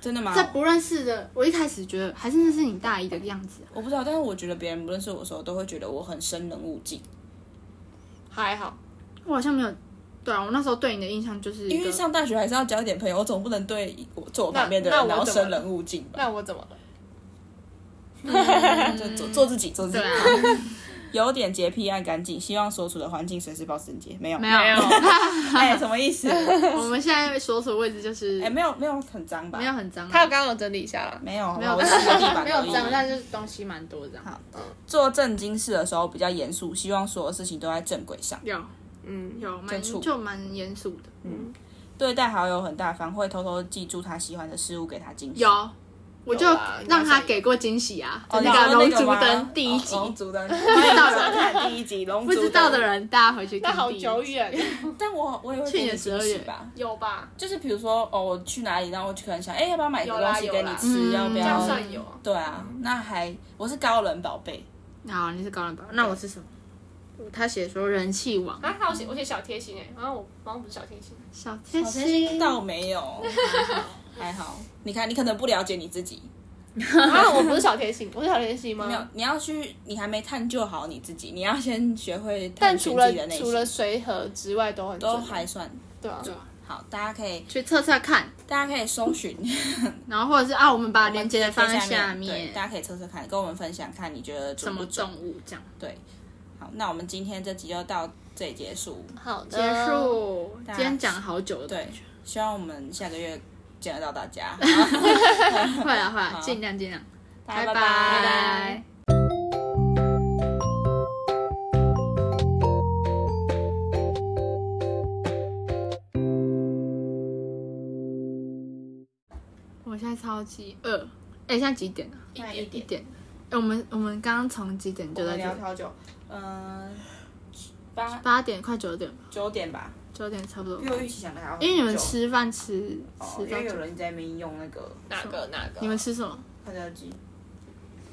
S1: 真的吗？
S2: 在不认识的，我一开始觉得还是那是你大一的样子啊，
S1: 我不知道，但是我觉得别人不认识我的时候，都会觉得我很生人勿近。
S3: 还好。
S2: 我好像没有。对啊，我那时候对你的印象就是一
S1: 因
S2: 个
S1: 为上大学还是要交一点朋友，我总不能对我坐我旁边的
S3: 那
S1: 人
S3: 那
S1: 然
S3: 我
S1: 后
S3: 怎么
S1: 生人勿近吧？
S3: 那我怎么了？
S1: 就做做自己，做自己
S2: 对。啊，
S1: 有点洁癖爱干净，希望所处的环境随时保持整洁。没有，
S2: 没有
S1: 哎、什么意 思？
S2: 我们现在所处位置就是
S1: 哎、没有，没有很脏吧？
S2: 没有很脏啊，
S3: 他有刚刚有整理一下啦，
S1: 没有，
S2: 没
S1: 没
S2: 有
S1: 我是地 板
S2: 没有脏，但
S1: 是
S2: 是东西蛮多这样。
S1: 好做正经事的时候比较严肃，希望所有事情都在正轨上。
S2: 有
S3: 嗯，
S2: 有蛮
S1: 接触
S2: 就蛮严肃的，
S1: 嗯对待好友很大方，会偷偷记住他喜欢的事物，给他惊喜。
S2: 有，我就
S3: 有啦
S2: 让他
S3: 应该是有
S2: 给过惊喜啊！
S1: 哦，你
S2: 个《
S1: 说
S2: 龙
S1: 那个
S2: 族
S1: 吗
S2: 灯》第一集，
S1: 哦龙族灯，
S2: 不知道的
S1: 我
S2: 人
S1: 看第一集，龙
S2: 不知道的
S1: 人，
S2: 人大家回去看。
S3: 那好 久，远，
S1: 但我我也会
S2: 去年
S1: 给你惊喜
S2: 12月
S1: 吧。
S3: 有吧？
S1: 就是比如说，哦，我去哪里，然后我去可能想，哎、要不要买个
S3: 有啦
S1: 东西
S3: 有
S1: 给你
S3: 啦
S1: 吃？
S2: 嗯
S1: 要不
S3: 这
S2: 这
S1: 要
S3: 样
S2: 样？
S3: 算
S2: 算
S3: 有
S2: 有
S3: 啊。
S1: 对啊，那还我是高冷宝贝，
S2: 好，你是高冷宝，那我是什么？他写说人气王，
S3: 啊，他有写我写小贴心哎、好像我好像不是小贴心，
S2: 小贴
S1: 好像
S2: 心，
S1: 倒没有， 还好。你看，你可能不了解你自己，
S3: 啊，我不是小贴心，我是小贴心吗？
S1: 没有，你要去，你还没探究好你自己，你要先学会探
S3: 但
S1: 寻
S3: 除
S1: 自
S3: 了
S1: 己的内
S3: 除了
S1: 心，
S3: 随和之外都很
S1: 都
S3: 准
S1: 还算
S3: 对啊，
S1: 好。大家可以，
S2: 去测测看，
S1: 大家可以搜寻，
S2: 然后或者是啊，我们把链接放在
S1: 下
S2: 下
S1: 对，大家可以测测看，跟我们分享看你觉得
S2: 什
S1: 准不
S2: 么
S1: 准
S2: 动？物这样
S1: 好，那我们今天这集就到这里结束，
S3: 好的，
S2: 结。束。今
S1: 家
S2: 天讲好久的，
S1: 对，希望我们下个月见得到大家，
S2: 会啊会啊，
S1: 好
S2: 尽量尽量，
S1: 大家拜
S2: 拜
S1: 拜。
S2: 拜我现在超级饿，哎、现在几点啊？
S1: 慢
S3: 一
S2: 一点。哎、我们我们刚刚从几点
S1: 我
S2: 就
S1: 们
S2: 在这
S1: 聊
S2: 里？
S1: 好久，嗯，八
S2: 八点快九点吧，
S1: 九点吧，
S2: 九点差不多
S1: 比。我预期想的还要很久。
S2: 因为你们吃饭吃
S1: 哦，
S2: 吃
S1: 因
S2: 到
S1: 为有
S2: 九，
S1: 人在那边用那个
S3: 哪个哪个？
S2: 你们吃什么？
S1: 泡椒鸡，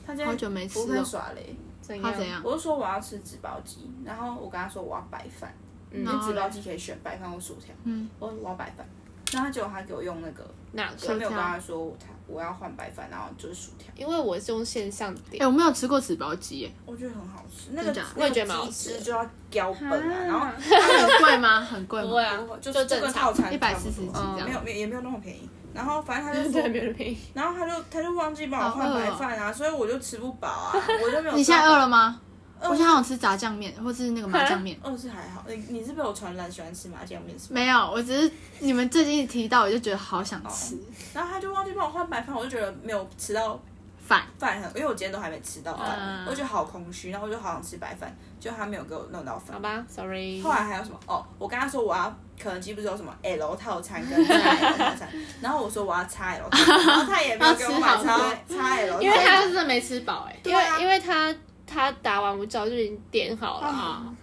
S1: 他今天
S2: 好久没吃
S1: 我跟他
S2: 了。
S1: 耍嘞，
S3: 怎
S2: 他怎？样？
S1: 我就说我要吃纸包鸡，然后我跟他说我要白饭，因
S2: 然
S1: 为
S2: 后
S1: 纸
S2: 嘞
S1: 包鸡可以选白饭或薯条，
S2: 嗯，
S1: 我说我要白饭，然后他结果他给我用那个，
S3: 哪
S1: 我
S3: 个
S1: 没有
S2: 薯条
S1: 跟他说我他我要换白饭，然后就是薯条，
S3: 因为我是用线上
S2: 哎、
S3: 点，
S2: 我没有吃过纸包鸡耶，
S1: 我觉得很好吃，那个
S2: 真假
S1: 那
S3: 我也
S1: 个
S3: 觉得蛮好
S1: 鸡
S3: 吃的
S1: 汁就要标本啊，然后
S2: 很贵吗？很贵吗？
S3: 不会啊
S1: 我就
S3: 就是
S1: 这个
S3: 正常
S1: 套餐
S2: 140
S1: 差不多嗯
S2: 几这样
S1: 没有没有也没有那么便宜，然后反正他 就
S3: 对，
S1: 说
S3: 没有便宜。
S1: 然后他就他就忘记帮我换白饭啊，所以我就吃不饱啊，我就没有。
S2: 哦 你现在饿了
S1: 吗？
S2: 吗？我现在想吃炸酱面，或是那个麻酱面。
S1: 饿是还好，你你是被我传染喜欢吃麻酱面是吗？
S2: 没有，我只是你们最近一提到，我就觉得好想吃
S1: 然后他就忘记帮我换白饭，我就觉得没有吃到
S2: 饭。
S1: 饭很，因为我今天都还没吃到饭，
S2: 嗯
S1: 我就觉得好空虚，然后我就好想吃白饭，就他没有给我弄到饭
S3: 好。吧，sorry。啊
S1: 后来还有什么？哦，我跟他说我要肯德基不是有什么 L 套餐跟 XL 套 餐，然后我说我要 XL 套餐，然后他也没有给我买
S2: 要吃好多
S1: X XL，
S3: 因为他
S2: 真的没吃饱哎、
S3: 因
S1: 对啊
S3: 欸为因为他他打完我早就已经点好了，
S1: 啊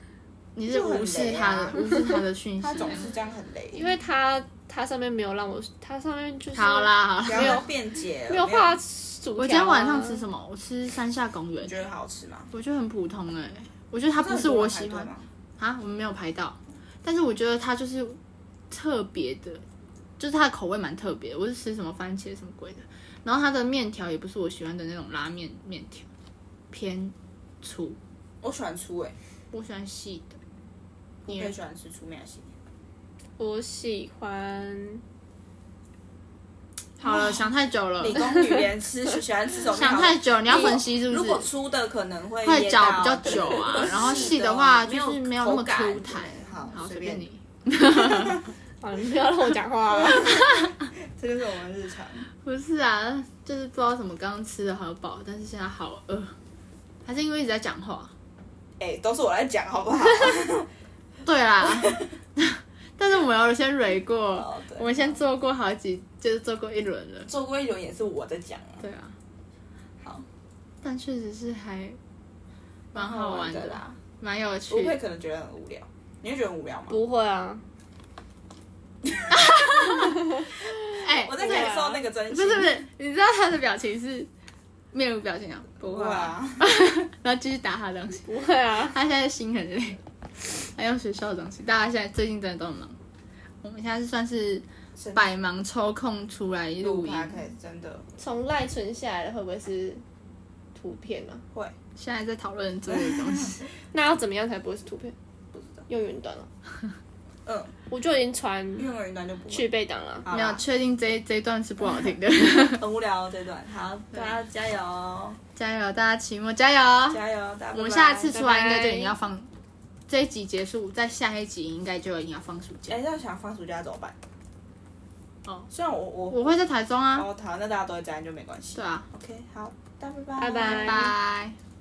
S2: 你是无视他的，
S1: 就啊
S2: 无视他的讯 息啊
S1: 他。总是这样很累，
S3: 因为他他上面没有让我，他上面就是
S2: 好啦好
S1: 不
S2: 啦，
S1: 要再辩解了，
S3: 没
S1: 没
S3: 有画薯条啊。
S2: 我今天晚上吃什么？我吃山下公园
S1: 你，觉得好吃吗？
S2: 我觉得很普通哎、我觉得它不是我喜欢
S1: 吗？
S2: 啊，我们没有排到，但是我觉得它就是特别的，就是它的口味蛮特别的。我是吃什么番茄什么鬼的，然后它的面条也不是我喜欢的那种拉面面条，偏粗，
S1: 我喜欢粗诶、欸，
S2: 我喜欢细的。你
S1: 我也
S2: 呢
S1: 喜欢吃粗面的系列。
S3: 我喜欢
S2: 好了，想太久了
S1: 理，工女连吃喜欢吃什么？
S2: 想太久，你要分析是
S1: 如
S2: 不
S1: 果
S2: 是？
S1: 粗的可能会
S2: 快
S1: 噎
S2: 嚼
S1: 到
S2: 比较久啊，然后细的话就是没有那么
S1: 口感
S2: 凸弹。
S1: 对好
S2: 好，
S1: 随
S2: 随
S1: 便
S2: 便你。
S3: 啊，你不要让我讲话、啊。
S1: 这就是我们日常。
S2: 不是啊，就是不知道什么，刚刚吃的好饱，但是现在好饿，还是因为一直在讲话。
S1: 哎、都是我来讲好不好？
S2: 对啦，但是我们有先蕊过
S1: 哦对，
S2: 我们先做过好几，就是做过一轮了。
S1: 做过一轮也是我在讲啊，
S2: 对啊，
S1: 好，
S2: 但确实是还蛮好玩的，
S1: 啦。
S2: 蛮有
S1: 不
S2: 趣
S1: 会
S2: 的。
S1: 可能觉得很无聊，你会觉得很无聊吗？
S3: 不会啊，
S2: 哎、
S1: 我在
S3: 不会啊
S1: 感受那个真
S2: 不
S1: 心。
S2: 是不是，你知道他的表情是面无表情啊，不
S1: 不会，啊，
S2: 然后继续打他的东西。
S3: 不会啊。
S2: 他现在心很累，还有学校的东西，大家现在最近真的都很忙。我们现在是算是百忙抽空出来录音，
S1: podcast 真的
S3: 从赖存下来的会不会是图片啊？
S1: 会
S2: 现在在讨论这个东西。
S3: 那要怎么样才不会是图片？
S1: 不知道。
S3: 用云端啊？
S1: 嗯，
S3: 哦我就已经传
S1: 因为我云端就不会
S3: 去背档了。
S1: 好
S2: 没有
S1: 啦，
S2: 确定这一这一段是不好听的，
S1: 很无聊哦这段。好，大家加油哦，
S2: 加油，大家期末加油！
S1: 加油，大家拜
S2: 我们
S1: 拜
S2: 下次出来应该就已经
S3: 拜拜
S2: 要放，这一集结束，在下一集应该就已经要放暑假
S1: 哎，。要想放暑假怎么办？
S2: 哦，
S1: 虽然我我
S2: 我会在台中啊，
S1: 哦，好，那大家都在家就没关系。
S2: 对啊，
S1: OK，好，大家拜拜，
S3: 拜拜
S2: 拜拜。